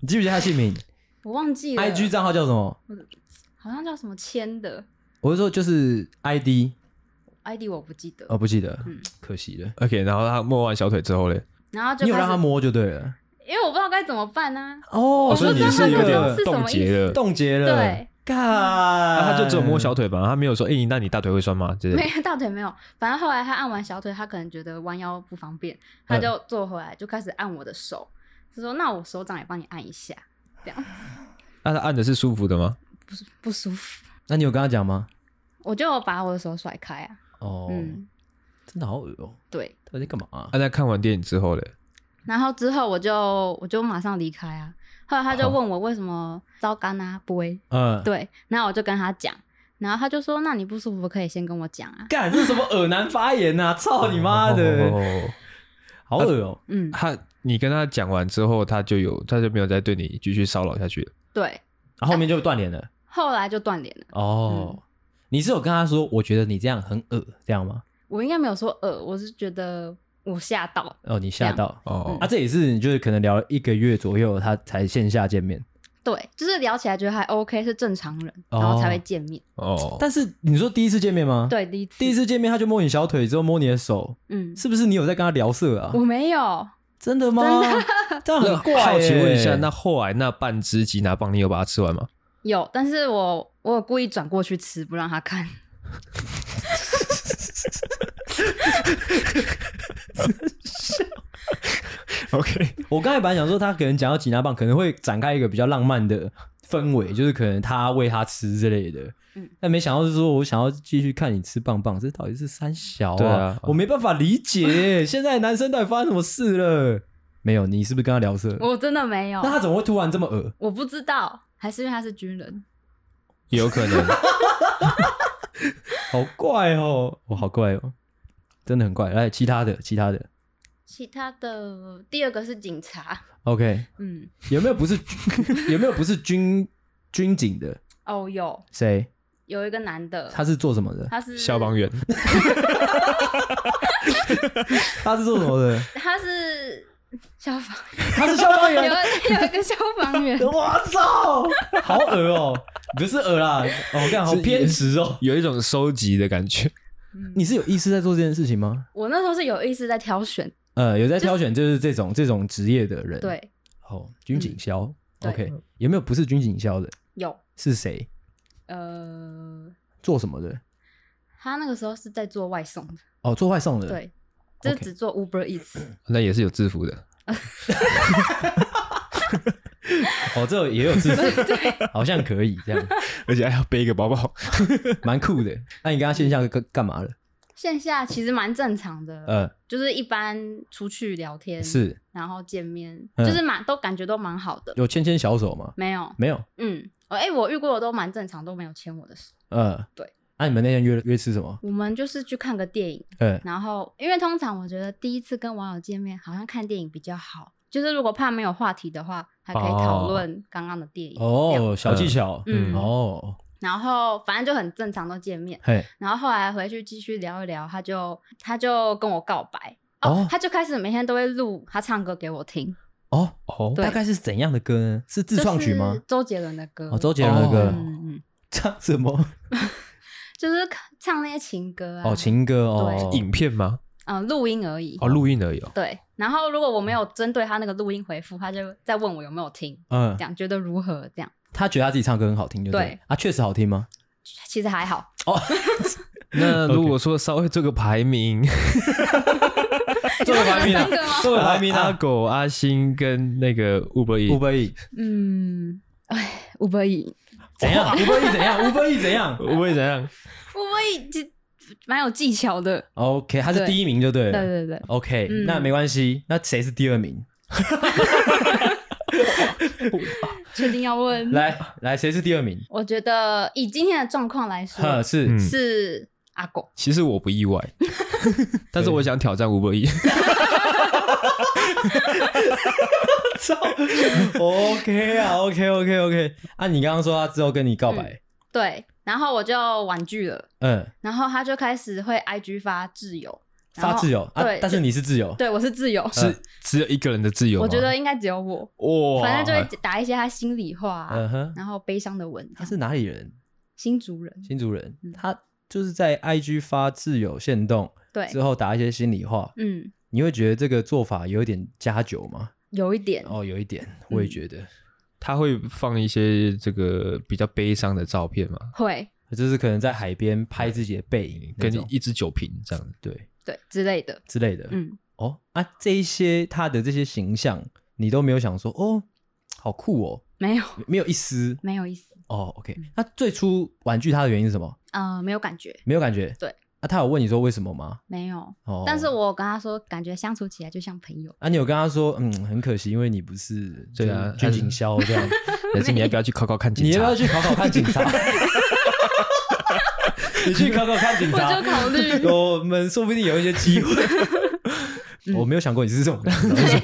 S1: 你记不记得他姓名
S3: 我忘记了
S1: ？IG 账号叫什么？
S3: 好像叫什么千的
S1: 我是说就是 ID
S3: ID 我不记得。
S1: 哦，不记得
S3: 嗯，
S1: 可惜了。
S2: OK，然后他摸完小腿之后嘞，
S3: 然后就
S1: 你有
S3: 开
S1: 让他
S3: 始，
S1: 摸就对了
S3: 因为我不知道该怎么办啊呢、
S1: 哦
S3: 我
S2: 所以你
S3: 不知道
S2: 是
S3: 他
S2: 有
S3: 那个
S2: 点
S3: 是什么
S2: 冻结
S3: 意
S2: 了，
S1: 冻结了，
S3: 对，
S1: 干、
S2: 啊他就只有摸小腿吧，他没有说，哎，那你大腿会酸吗？之类
S3: 没
S2: 的。
S3: 有大腿没有，反正后来他按完小腿，他可能觉得弯腰不方便，
S1: 嗯
S3: 他就坐回来就开始按我的手，就说那我手掌也帮你按一下，这样
S2: 那啊他按的是舒服的吗？
S3: 不是不舒服，
S1: 那你有跟他讲吗？
S3: 我就把我的手甩开啊，
S1: 哦，
S3: 嗯，
S1: 真的好恶哦、
S3: 对，
S1: 到底在干嘛、啊？
S2: 那在看完电影之后嘞，
S3: 然后之后我就我就马上离开啊，后来他就
S2: 好
S3: 问我为什么糟干啊不会，
S1: 嗯，
S3: 对，然后我就跟他讲，然后他就说那你不舒服可以先跟我讲啊，
S1: 干这是什么恶男发言呐、啊？操你妈的，
S2: 哦
S1: 好恶哦、
S3: 嗯，
S2: 他你跟他讲完之后，他就有他就没有再对你继续骚扰下去了。
S3: 对，
S1: 然后后面就断联了。
S3: 后来就断联了。
S1: 哦，你是有跟他说，我觉得你这样很恶，这样吗？
S3: 我应该没有说呃，我是觉得我吓到，
S1: 哦，你吓到。
S2: 哦
S3: 嗯
S1: 啊，这也是你就是可能聊了一个月左右，他才线下见面。
S3: 对，就是聊起来觉得还 OK，是正常人，
S1: 哦
S3: 然后才会见面。
S2: 哦，
S1: 但是你说第一次见面吗？，
S3: 对，第一次，
S1: 第一，次见面他就摸你小腿，之后摸你的手，
S3: 嗯，
S1: 是不是你有在跟他聊色啊
S3: 我？没有，
S1: 真的吗？这
S2: <laughs>
S1: 样很怪、欸。
S2: 好奇问一下，那后来那半只吉拿棒你有把它
S1: <laughs>
S2: 吃完吗？
S3: 有，但是我我有故意转过去吃，不让他看。
S2: OK，
S1: 我刚才本来想说，他可能讲到吉拿棒，可能会展开一个比较浪漫的氛围，就是可能他喂他吃之类的。
S3: 嗯
S1: 但没想到是说我想要继续看你吃棒棒，这到底是三小
S2: 对
S1: 啊？
S2: 啊
S1: 我没办法理解，欸现在男生到底发生什么事了？没有，你是不是跟他聊色？
S3: 我真的没有
S1: 那，他怎么会突然这么恶？
S3: 我不知道，还是因为他是军人。
S2: 也有可
S1: <laughs>
S2: 能。
S1: 好怪哦，我、好怪哦，真的很怪。来，其他的，其他的
S3: 其他的第二个是警察，
S1: ，OK，
S3: 嗯，
S1: 有没有不是 <laughs> 有没有不是军军警的？
S3: 哦，有
S1: 谁？
S3: 有一个男的，
S1: 他是做什么的？
S3: 他是
S2: 消 <laughs> 防员，
S1: 他是做什么
S3: <laughs>
S1: 的？
S3: 他是消防
S1: 他是消防
S3: 有
S1: 员。
S3: 有一个消
S1: <laughs>
S3: 防员，
S1: 我操，好恶哦、不是恶啦，哦，干好偏执哦、
S2: 有一种收集的感觉。 <laughs>
S3: 嗯
S1: 你是有意识在做这件事情吗？
S3: 我那时候是有意识在挑选，
S1: 呃，有在挑选就是这种这种职业的人。，
S3: 对，
S1: 哦，军警消、
S3: 对
S1: OK，有没有不是军警消的？
S3: 有，
S1: 是谁
S3: 呃，
S1: 做什么的？
S3: 他那个时候是在做外送的，
S1: 哦，做外送的。，
S3: 对，就是
S1: OK
S3: 只做
S1: <clears throat>
S3: Uber Eats，
S2: 那也是有制服的，
S1: 哦，这也有制
S3: <laughs>
S1: 服，好像可以这样，
S2: 而且还要背一个包包。
S1: 蛮酷的。
S3: 嗯
S1: 那你跟他线下干干嘛了？
S3: 线下其实蛮正常的，
S1: 呃，
S3: 就是一般出去聊天，
S1: 是
S3: 然后见面，
S1: 嗯
S3: 就是蛮都感觉都蛮好的，
S1: 有牵牵小手吗？
S3: 没有，
S1: 没有。
S3: 嗯，哎、诶我遇过的都蛮正常，都没有牵我的手。
S1: 呃，
S3: 对。
S1: 那、你们那天约约吃什么？
S3: 我们就是去看个电影，
S1: 呃，
S3: 然后因为通常我觉得第一次跟网友见面，好像看电影比较好，就是如果怕没有话题的话，还可以讨论刚刚的电影。这样，
S1: 哦，小技巧。
S3: 嗯
S1: 哦，
S3: 然后反正就很正常，都见面。
S1: 嘿，
S3: 然后后来回去继续聊一聊，他就他就跟我告白哦，
S1: 哦
S3: 他就开始每天都会录他唱歌给我听，
S1: 哦。
S2: 哦
S3: 对
S1: 大概是怎样的歌呢？是自创曲
S3: 就是
S1: 吗？
S3: 周杰伦的歌，
S1: 哦，周杰伦的
S2: 伦
S1: 歌
S2: 哦
S3: 嗯嗯，
S1: 唱什么？
S3: 就是唱那些情歌啊，
S1: 哦，情歌哦，
S2: 影片吗？
S3: 嗯录音而已，
S2: 哦，录
S1: <laughs>
S2: 音而已哦。
S3: 对。然后如果我没有针对他那个录音回复，他就再问我有没有听，
S1: 嗯
S3: 这，样觉得如何？这样
S1: 他觉得他自己唱歌很好听，就对 <laughs>
S3: 对
S1: 啊，确实好听吗？
S3: 其实还好，
S1: 哦，
S2: 那
S1: <laughs>
S2: 如果说稍微做个排名，做个
S3: <laughs>
S2: 排名啊
S3: 你说你们三个吗，
S2: 做个排名，
S1: 啊
S2: 阿狗、阿星跟那个 Uber E，
S1: 五百亿
S3: 嗯，哎，五百亿，
S1: 怎 <laughs> 样？五百亿怎样？五百亿怎样
S2: Uber E 怎样？
S3: 五百亿这蛮有技巧的。
S1: ？OK，他是
S3: 对
S1: 第一名就对
S3: 对
S1: 了。
S3: 对对，
S1: OK，、
S3: 嗯
S1: 那没关系。那谁是第二名？
S3: 确定要问？
S1: 来来，谁是第二名？
S3: 我觉得以今天的状况来
S1: 呵，
S3: 说，
S1: 是、 <laughs>
S2: 嗯
S3: 是阿狗。
S2: 其实我不意外，但是我想挑战 Uber E。
S1: OK 啊，OK OK OK。啊，你刚刚说他之后跟你告白，
S3: 对，然后我就婉拒了，
S1: 嗯，
S3: 然后他就开始会 IG 发挚友，然
S1: 发
S3: 后
S1: 自由啊
S3: 对，，
S1: 但是你是自由，
S3: 对我是挚友，
S2: 是 <laughs> 只有一个人的自由吗
S3: 我觉得应该只有我，
S2: 哇，
S3: 反正就会打一些他心里话啊、
S1: 嗯哼。
S3: 然后悲伤的文，
S1: 他是哪里人？
S3: 新族人，
S1: 新竹人
S3: 嗯，
S1: 他就是在 IG 发自由限动
S3: 对，
S1: 之后打一些心里话，
S3: 嗯，
S1: 你会觉得这个做法有一点加酒吗？
S3: 有一点，
S1: 哦，有一点，
S3: 嗯
S1: 我也觉得，
S2: 他会放一些这个比较悲伤的照片嘛，
S3: 会
S1: 就是可能在海边拍自己的背影那
S2: 跟
S1: 种，
S2: 一只酒瓶这 <laughs> 样。
S1: 对
S3: 对之类的，
S1: 之类的。
S3: 嗯，
S1: 哦啊，这一些他的这些形象，你都没有想说哦，好酷哦，
S3: 没有
S1: 没有一丝
S3: 没嗯有意思，
S1: 哦。OK，那最初婉拒他的原因是什么？
S3: 呃，没有感觉，
S1: 没有感觉。
S3: 对。
S1: 啊，他有问你说为什么吗？
S3: 没有。
S1: 哦，
S3: 但是我跟他说，感觉相处起来就像朋友，
S1: 啊，你有跟他说，嗯，很可惜，因为你不是
S2: 对啊
S1: 就是军警消这
S2: <laughs>
S1: 样，
S2: 但是你要不要去考考看警察？
S1: 你要不要去考考看警 <laughs> 察？你去考考看警
S3: 我
S1: 察
S3: 就，考虑，
S1: 我们说不定有一些机 <laughs> 会。我没有想过你是这种人。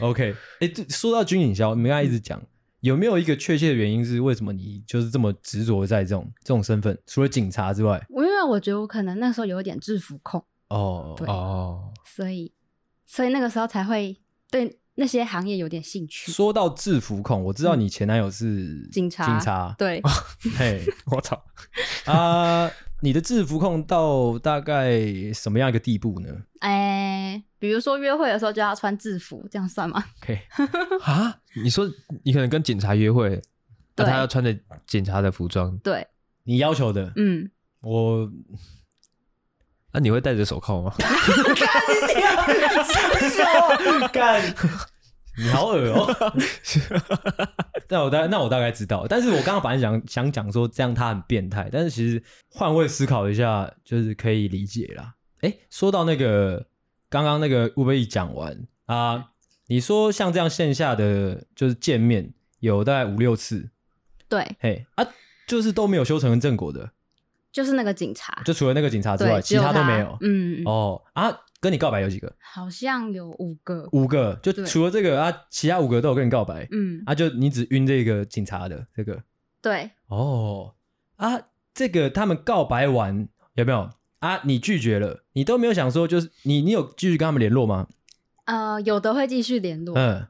S1: OK，哎、这说到军警消，你们刚才一直讲，有没有一个确切的原因是为什么你就是这么执着在这种这种身份？除了警察之外，
S3: 因为我觉得我可能那时候有点制服控，
S1: 哦，
S3: 对
S2: 哦，
S3: 所以所以那个时候才会对那些行业有点兴趣。
S1: 说到制服控，我知道你前男友是
S3: 警察
S1: 警察，
S3: 对，
S1: 嘿。
S2: 我操！
S1: 啊、你的制服控到大概什么样一个地步呢
S3: 哎、比如说约会的时候就要穿制服，这样算吗？ <laughs>
S1: ？OK，
S2: 啊，你说你可能跟警察约会，那
S3: 对
S2: 他要穿着警察的服装，
S3: 对，
S1: 你要求的，
S3: 嗯， <laughs>
S1: 我
S2: 那你会戴着手铐吗？
S1: 干， <laughs> 你好恶哦、但我大那我大概知道，但是我刚刚本来想想讲说这样他很变态，但是其实换位思考一下，就是可以理解啦。哎、说到那个刚刚那个乌贝一讲完啊，你说像这样线下的就是见面有大概五六次，
S3: 对，
S1: 嘿啊，就是都没有修成正果的。
S3: 就是那个警察，
S1: 就除了那个警察之
S3: 对，
S1: 外，
S3: 只
S1: 其
S3: 有
S1: 他
S3: 他
S1: 都没有。
S3: 嗯，
S1: 哦啊，跟你告白有几个？
S3: 好像有五个，
S1: 五个，就
S3: 对
S1: 除了这个啊，其他五个都有跟你告白。
S3: 嗯，
S1: 啊，就你只晕这个警察的这个。
S3: 对，
S1: 哦啊，这个他们告白完有没有啊？你拒绝了，你都没有想说，就是你你有继续跟他们联络吗？
S3: 呃，有的会继续联络，
S1: 嗯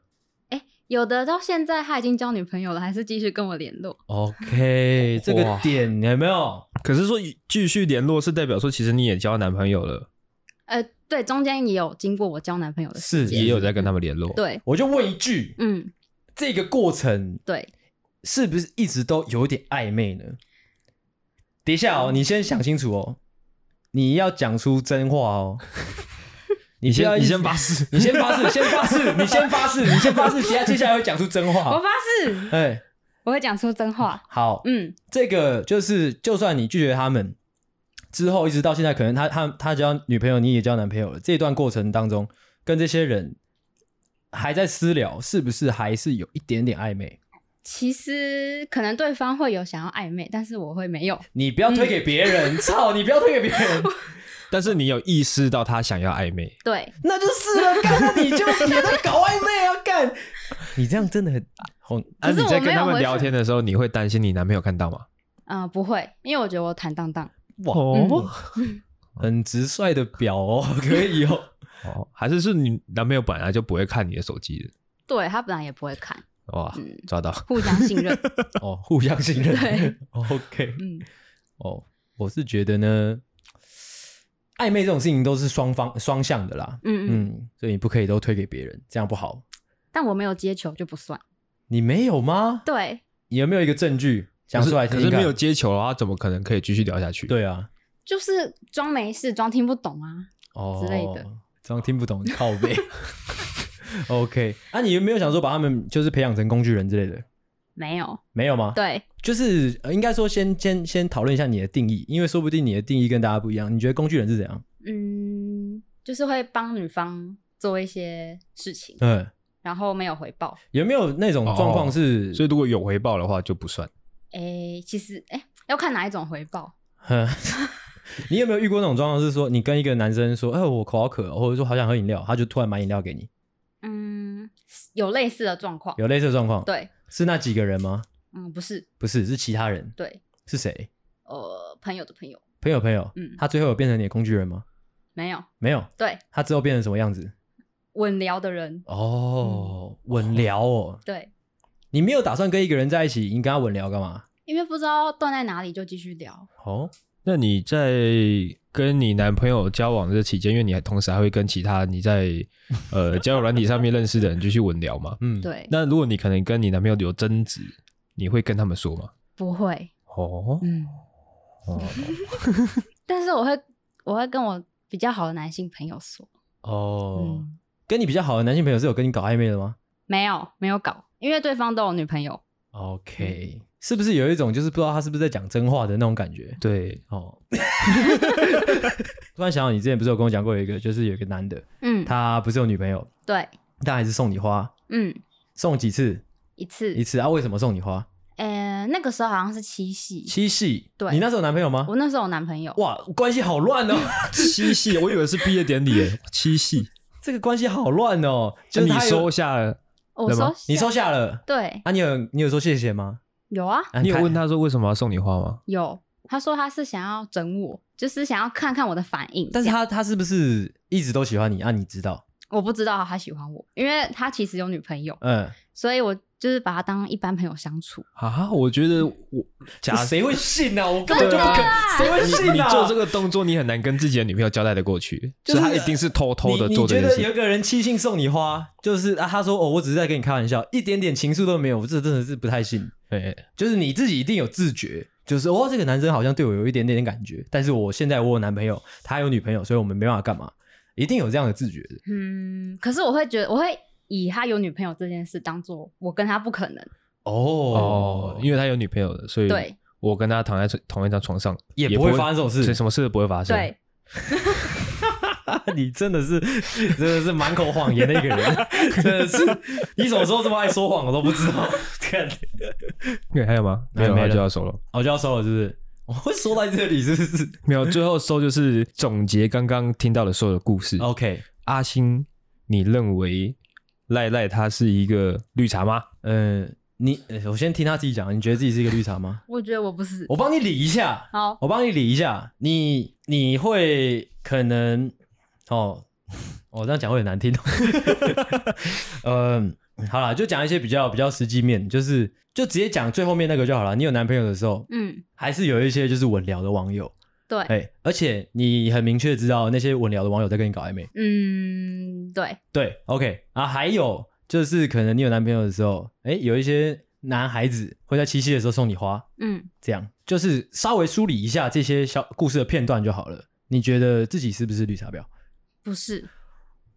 S3: 有的到现在他已经交女朋友了，还是继续跟我联络。
S1: ，OK，这 <laughs> 个
S2: 哇
S1: 点有没有？
S2: 可是说继续联络是代表说，其实你也交男朋友了，
S3: 呃，对，中间也有经过我交男朋友的时
S1: 是
S2: 也有在跟他们联络。
S3: 对，
S1: 我就问一句，
S3: 嗯，
S1: 这个过程
S3: 对，
S1: 是不是一直都有点暧昧呢？等一下哦，
S2: 嗯
S1: 你先想清楚哦，你要讲出真话
S2: <laughs>
S1: 哦。你
S2: 你先你先
S1: 发，
S2: 发誓，
S1: <laughs> 你先发誓，先发誓，你先发
S2: <laughs>
S1: 誓，你先发誓，接下接下来会讲出真
S3: 我
S1: 话。
S3: 发誓
S1: 哎，
S3: 我会讲出真话。
S1: 好，
S3: 嗯，
S1: 这个就是，就算你拒绝他们之后，一直到现在，可能他他他交女朋友，你也交男朋友了，这段过程当中，跟这些人还在私聊，是不是还是有一点点暧昧？
S3: 其实可能对方会有想要暧昧，但是我会没有。
S1: 你不要推给别
S2: <laughs>
S1: 人，操、你不要推给别人。
S2: 但是你有意识到他想要暧昧，
S3: 对，
S1: 那就是了，干，那你就也在搞暧昧啊，干！你这样真的很很
S2: 啊，
S3: 可
S2: 你
S3: 是我
S2: 在跟他
S3: 没有
S2: 们
S3: 回
S2: 聊
S3: 去
S2: 天的时候，你会担心你男朋友看到吗？
S3: 嗯，不会，因为我觉得我坦荡嗯荡。
S2: 哦
S1: 嗯很直率的表哦， <laughs> 可以
S2: <laughs>
S1: 哦。
S2: 哦，还是是你男朋友本来就不会看你的手机的？
S3: 对他本来也不会看，
S2: 哇
S3: 嗯，
S2: 抓到！
S3: 互相信任。
S1: 哦，互相信任
S3: 对。
S1: <laughs> OK，
S3: 嗯，
S1: 哦，我是觉得呢，暧昧这种事情都是双方双向的啦。
S3: 嗯嗯，
S1: 嗯，所以你不可以都推给别人，这样不好。
S3: 但我没有接球就不算。
S1: 你没有吗？
S3: 对，
S1: 你有没有一个证据讲
S2: 可是
S1: 出来听
S2: 可
S1: 听
S2: 是
S1: 看
S2: 没有接球的话，怎么可能可以继续聊下去？，
S1: 对啊，
S3: 就是装没事，装听不懂啊。
S1: 哦
S3: 之类的，
S1: 这样听不懂靠
S3: <laughs>
S1: 背。OK，那、啊、你有没有想说把他们就是培养成工具人之类的？
S3: 没有，
S1: 没有吗？，
S3: 对，
S1: 就是、呃应该说先先先讨论一下你的定义，因为说不定你的定义跟大家不一样。你觉得工具人是怎样？
S3: 嗯，就是会帮女方做一些事情，
S1: 嗯，
S3: 然后没有回报。
S1: 有没有那种状况
S3: 哦
S1: 是？
S2: 所以如果有回报的话就不算。
S3: 诶，其实诶，要看哪一种回报。
S1: 哼 <laughs> 你有没有遇过那种状况是说，你跟一个男生说，哎、我口好渴哦，或者说好想喝饮料，他就突然买饮料给你，
S3: 嗯，有类似的状况。
S1: 有类似的状况？，
S3: 对，
S1: 是那几个人吗？
S3: 嗯，不是，
S1: 不是，是其他人，
S3: 对，
S1: 是谁？
S3: 呃，朋友的朋友
S1: 朋友，朋友，
S3: 嗯
S1: 他最后有变成你的工具人吗？
S3: 没有，
S1: 没有，
S3: 对，
S1: 他之后变成什么样子？
S3: 稳聊的人，
S2: 嗯
S1: 哦，稳聊哦，
S3: 对，
S1: 你没有打算跟一个人在一起，你跟他稳聊干嘛？
S3: 因为不知道断在哪里就继续聊。
S1: 哦，
S2: 那你在跟你男朋友交往的这期间，因为你还同时还会跟其他你 <laughs> 在呃交友软体上面认识的人继续文聊嘛？
S1: 嗯，，
S3: 对，
S2: 那如果你可能跟你男朋友有争执，你会跟他们说吗？
S3: 不会，
S2: 哦，
S3: 嗯，
S2: 哦
S3: <laughs> 但是我会，我会跟我比较好的男性朋友说，
S1: 哦，
S3: 嗯，
S1: 跟你比较好的男性朋友是有跟你搞暧昧的吗
S3: 没有，没有搞，因为对方都有女朋友。
S2: 嗯
S1: ？OK，是不是有一种就是不知道他是不是在讲真话的那种感觉？
S2: 对，
S1: 哦， <laughs> 突然想到你之前不是有跟我讲过有一个，就是有一个男的，
S3: 嗯，
S1: 他不是有女朋友，
S3: 对，
S1: 但还是送你花，
S3: 嗯，
S1: 送几次？
S3: 一次
S1: 一，次啊？为什么送你花？
S3: 呃，那个时候好像是七夕，
S1: 七夕，
S3: 对
S1: 你那时候有男朋友吗？
S3: 我那时候有男朋友，
S1: 哇，关系好乱
S3: <laughs>
S1: 哦，
S2: 七夕，我以为是毕业典礼耶，七 <laughs> 夕，
S1: 这个关系好乱哦，就是
S2: 哎你
S1: 他有
S2: 收下了，
S3: 我
S2: 那
S3: 收
S2: 么，
S1: 你收下了。
S3: 对，
S1: 啊，你有你有说谢谢吗？
S3: 有啊，
S1: 啊
S2: 你有
S1: 看
S2: 问他说为什么要送你花吗？
S3: 有，他说他是想要整我，就是想要看看我的反应。
S1: 但是
S3: 这样
S1: 他他是不是一直都喜欢你啊？你知道，
S3: 我不知道他喜欢我，因为他其实有女朋友，
S1: 嗯，
S3: 所以我就是把他当一般朋友相处。
S2: 啊，我觉得我假
S1: <laughs> 谁会信啊？我根本
S3: 真
S1: 就
S3: 的
S1: 不可，
S3: 啊
S1: 谁会
S2: 你
S1: 信
S2: 你
S1: 啊？
S2: 做这个动作，你很难跟自己的女朋友交代的过去，
S1: 就是
S2: 所以她一定是偷偷的
S1: 你
S2: 做
S1: 你
S2: 这
S1: 觉
S2: 件
S1: 得
S2: 事。
S1: 有一个人七信送你花，就是啊，他说哦，我只是在跟你开玩笑，一点点情愫都没有，我这真的是不太信。
S2: 对，
S1: 就是你自己一定有自觉，就是哦，这个男生好像对我有一点点感觉，但是我现在我有男朋友，他有女朋友，所以我们没办法干嘛，一定有这样的自觉的。
S3: 嗯，可是我会觉得，我会以他有女朋友这件事当做我跟他不可能。
S2: 哦，因为他有女朋友了，所以
S3: 对
S2: 我跟他躺在同一张床上
S1: 也
S2: 不
S1: 不会发生这种事
S2: 所以什么事都不会发生。
S3: 对，
S1: <laughs> 你真的是，真的是满口谎言的一个人， <laughs> 真的是，你什么时候这么爱说谎，我都不知道。看，
S2: 对，还有吗？没有，
S1: 没
S2: 他
S1: 了
S2: 就要收了。
S1: 哦我就要收了，是不是？我会说到这里，是不是 <laughs>
S2: 没有，最后收就是总结刚刚听到的所有的故事。
S1: ？OK，
S2: 阿星，你认为赖赖他是一个绿茶吗？
S1: 嗯、你呃我先听他自己讲，你觉得自己是一个绿茶吗？
S3: 我觉得我不是。
S1: <laughs> 我帮你理一下，
S3: 好，
S1: 我帮你理一下，你你会可能哦， <laughs> 我、这样讲会很难 <laughs> 听。嗯，好啦，就讲一些比较比较实际面，就是就直接讲最后面那个就好了。你有男朋友的时候，
S3: 嗯，
S1: 还是有一些就是稳聊的网友，
S3: 对，
S1: 哎，而且你很明确知道那些稳聊的网友在跟你搞暧昧。
S3: 嗯，对，
S1: 对，OK 啊，还有就是可能你有男朋友的时候，哎，有一些男孩子会在七夕的时候送你花，
S3: 嗯，
S1: 这样，就是稍微梳理一下这些小故事的片段就好了。你觉得自己是不是绿茶婊？
S3: 不是，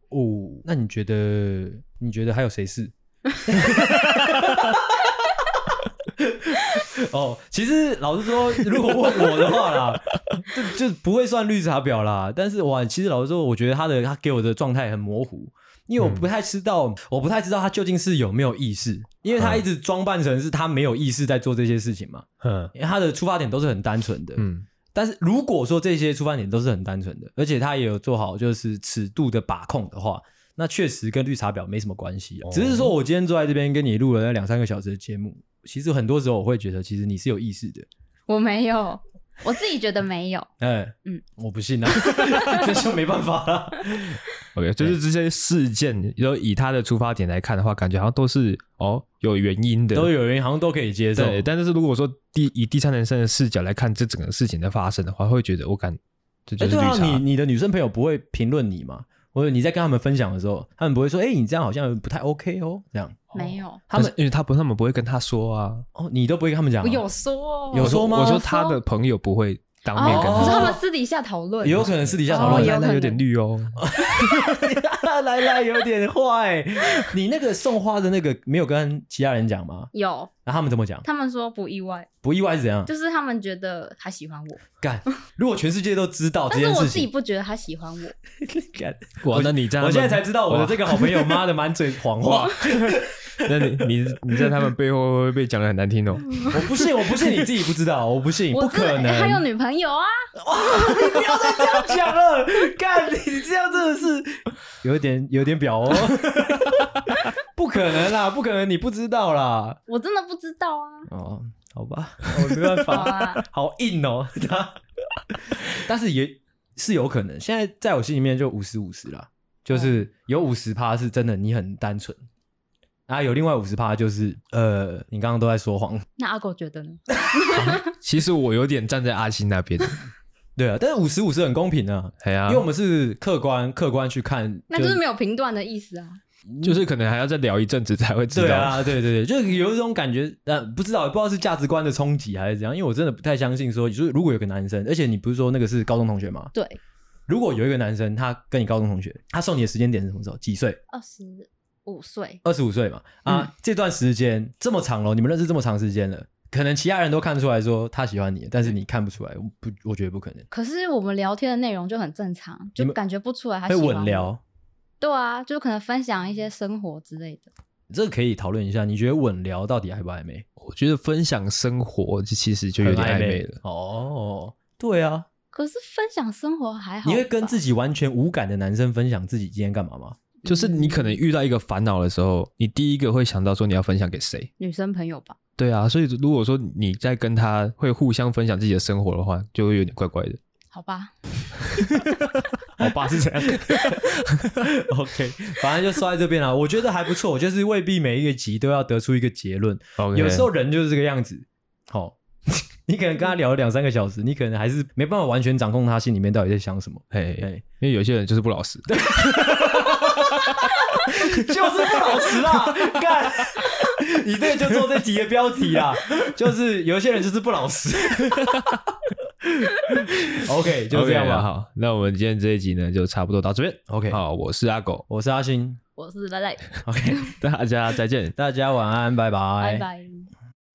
S1: 哦，那你觉得？你觉得还有谁是？哦，其实老实说，如果问我的话啦，就就不会算绿茶婊啦。但是哇，其实老实说，我觉得他的他给我的状态很模糊，因为我不太知道，我不太知道他究竟是有没有意识，因为他一直装扮成是他没有意识在做这些事情嘛。
S2: 嗯
S1: 因为他的出发点都是很单纯的，
S2: 嗯，
S1: 但是如果说这些出发点都是很单纯的，而且他也有做好就是尺度的把控的话，那确实跟绿茶婊没什么关系、啊。
S2: 哦
S1: 只是说我今天坐在这边跟你录了那两三个小时的节目，其实很多时候我会觉得，其实你是有意识的。
S3: 我没有，我自己觉得没有。
S1: 哎，嗯
S3: 嗯，
S1: 我不信啊， <laughs> 这就没办法了。
S2: OK，就是这些事件，然后以他的出发点来看的话，感觉好像都是哦有原因的，
S1: 都有人好像都可以接受，
S2: 对。但是如果说第以第三人称的视角来看这整个事情的发生的话，会觉得我感这就
S1: 哎，
S2: 是
S1: 对
S2: 绿
S1: 啊，
S2: 茶。
S1: 你你的女生朋友不会评论你嘛？或者你在跟他们分享的时候，他们不会说，哎、你这样好像不太 OK 哦，这样
S3: 没有，
S1: 他们
S2: 但是因为他不，他们不会跟他说啊。
S1: 哦，你都不会跟他们讲啊、
S3: 我有说哦，
S1: 有
S2: 我
S1: 说
S2: 说
S1: 吗
S2: 我说他的朋友不会当面跟他
S3: 哦，可是
S2: 说
S3: 他们私底下讨论，
S1: 也有可能私底下讨
S3: 哦
S1: 论
S3: 也有
S1: 来
S2: 奶奶
S3: 可能
S2: 有点绿哦，
S1: 来， <laughs> 来来有点坏。你那个送花的那个没有跟其他人讲吗？
S3: 有，
S1: 那他们怎么讲？
S3: 他们说不意外，
S1: 不意外是怎样？
S3: 就是他们觉得他喜欢我，
S1: 干，如果全世界都知道哦这
S3: 但是
S1: 件
S3: 我
S1: 事
S3: 自己
S1: 情，
S3: 不觉得他喜欢我，
S1: <laughs> 干
S2: 哇，那你在
S1: 我现在才
S2: 知
S1: 知道我的这个好朋友，妈的满嘴谎
S2: <laughs>
S1: 话。
S2: 那你你你在他们背后会被哎讲的很难听哦。
S1: 我不信，我不信你自己不知道，我不信，
S3: 我
S1: 不
S3: 知
S1: 可
S3: <laughs>
S1: 能。啊
S3: 他有女朋友啊，
S1: 你不要再这样讲了，干你这样真的是有一点有点表哦， <laughs> 不可能啦，不可能，你不知道啦。
S3: 我真的不知道啊，
S1: 哦，好吧，我没办
S3: 好
S1: 法，
S3: 啊，
S1: 好硬哦， <laughs> 但是也是有可能。现在在我心里面就五十五十啦，就是有五十趴是真的你很单纯，啊，有另外五十趴就是呃，你刚刚都在说谎，
S3: 那阿狗觉得
S1: <laughs>
S3: 呢？
S2: 其实我有点站在阿星那边，
S1: 对啊，但是五十五十很公平啊。
S2: 哎呀
S1: 因为，我们是客观客观去看，
S3: 那就是没有评断的意思啊，
S2: 就是可能还要再聊一阵子才会知
S1: 对
S2: 道。
S1: 啊，对对对，就是有一种感觉，呃，不知道不知道是价值观的冲击还是怎样，因为我真的不太相信说，就是如果有个男生，而且你不是说那个是高中同学吗？
S3: 对，
S1: 如果有一个男生他跟你高中同学，他送你的时间点是什么时候？几岁？
S3: 二十五岁，
S1: 二十五岁嘛？啊，
S2: 嗯
S1: 这段时间这么长了，你们认识这么长时间了，可能其他人都看出来说他喜欢你，但是你看不出来，我不，我觉得不可能。
S3: 可是我们聊天的内容就很正常，
S1: 你
S3: 就
S1: 们
S3: 感觉不出来他
S1: 会
S3: 喜欢
S1: 稳
S3: 我，
S1: 聊，
S3: 对啊，就可能分享一些生活之类的，
S1: 这个可以讨论一下，你觉得稳聊到底还不暧昧？
S2: 我觉得分享生活其实就有点暧昧了。
S1: 哦，对啊，
S3: 可是分享生活还好
S1: 你
S3: 吧，
S1: 会跟自己完全无感的男生分享自己今天干嘛吗？
S2: 就是你可能遇到一个烦恼的时候，你第一个会想到说你要分享给谁？
S3: 女生朋友吧。
S2: 对啊，所以如果说你在跟他会互相分享自己的生活的话，就会有点怪怪的。
S3: 好吧，
S2: 我爸是这样，
S1: <laughs> OK，反正就说在这边啦。我觉得还不错，就是未必每一个集都要得出一个结论。有时候人就是这个样子。好、 <laughs> 你可能跟他聊了两三个小时，你可能还是没办法完全掌控他心里面到底在想什么。
S2: 哎， <laughs> 嘿
S1: 哎，
S2: 因为有些人就是不老实。
S1: 哎就是不老实啦， <laughs> 干！你这个就做这集的标题啦，就是有一些人就是不老实。OK，就这样
S2: OK 啦
S1: 吧。
S2: 好，那我们今天这一集呢，就差不多到这边。
S1: OK
S2: 好，我是阿狗，
S1: 我是阿星
S3: 我是赖赖，
S1: ，OK，
S2: <laughs> 大家再见。
S1: 大家晚安，拜
S3: 拜拜。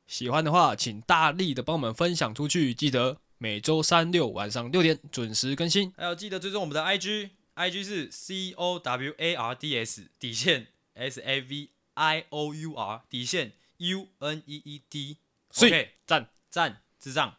S4: 喜欢的话，请大力的帮我们分享出去，记得每周三六晚上六点准时更新。
S5: 还有记得追踪我们的 IG，IG 是 C O W A R D S 底线 S A V I O U R 底线 U N E E D，
S4: 所以
S5: 以赞赞智障。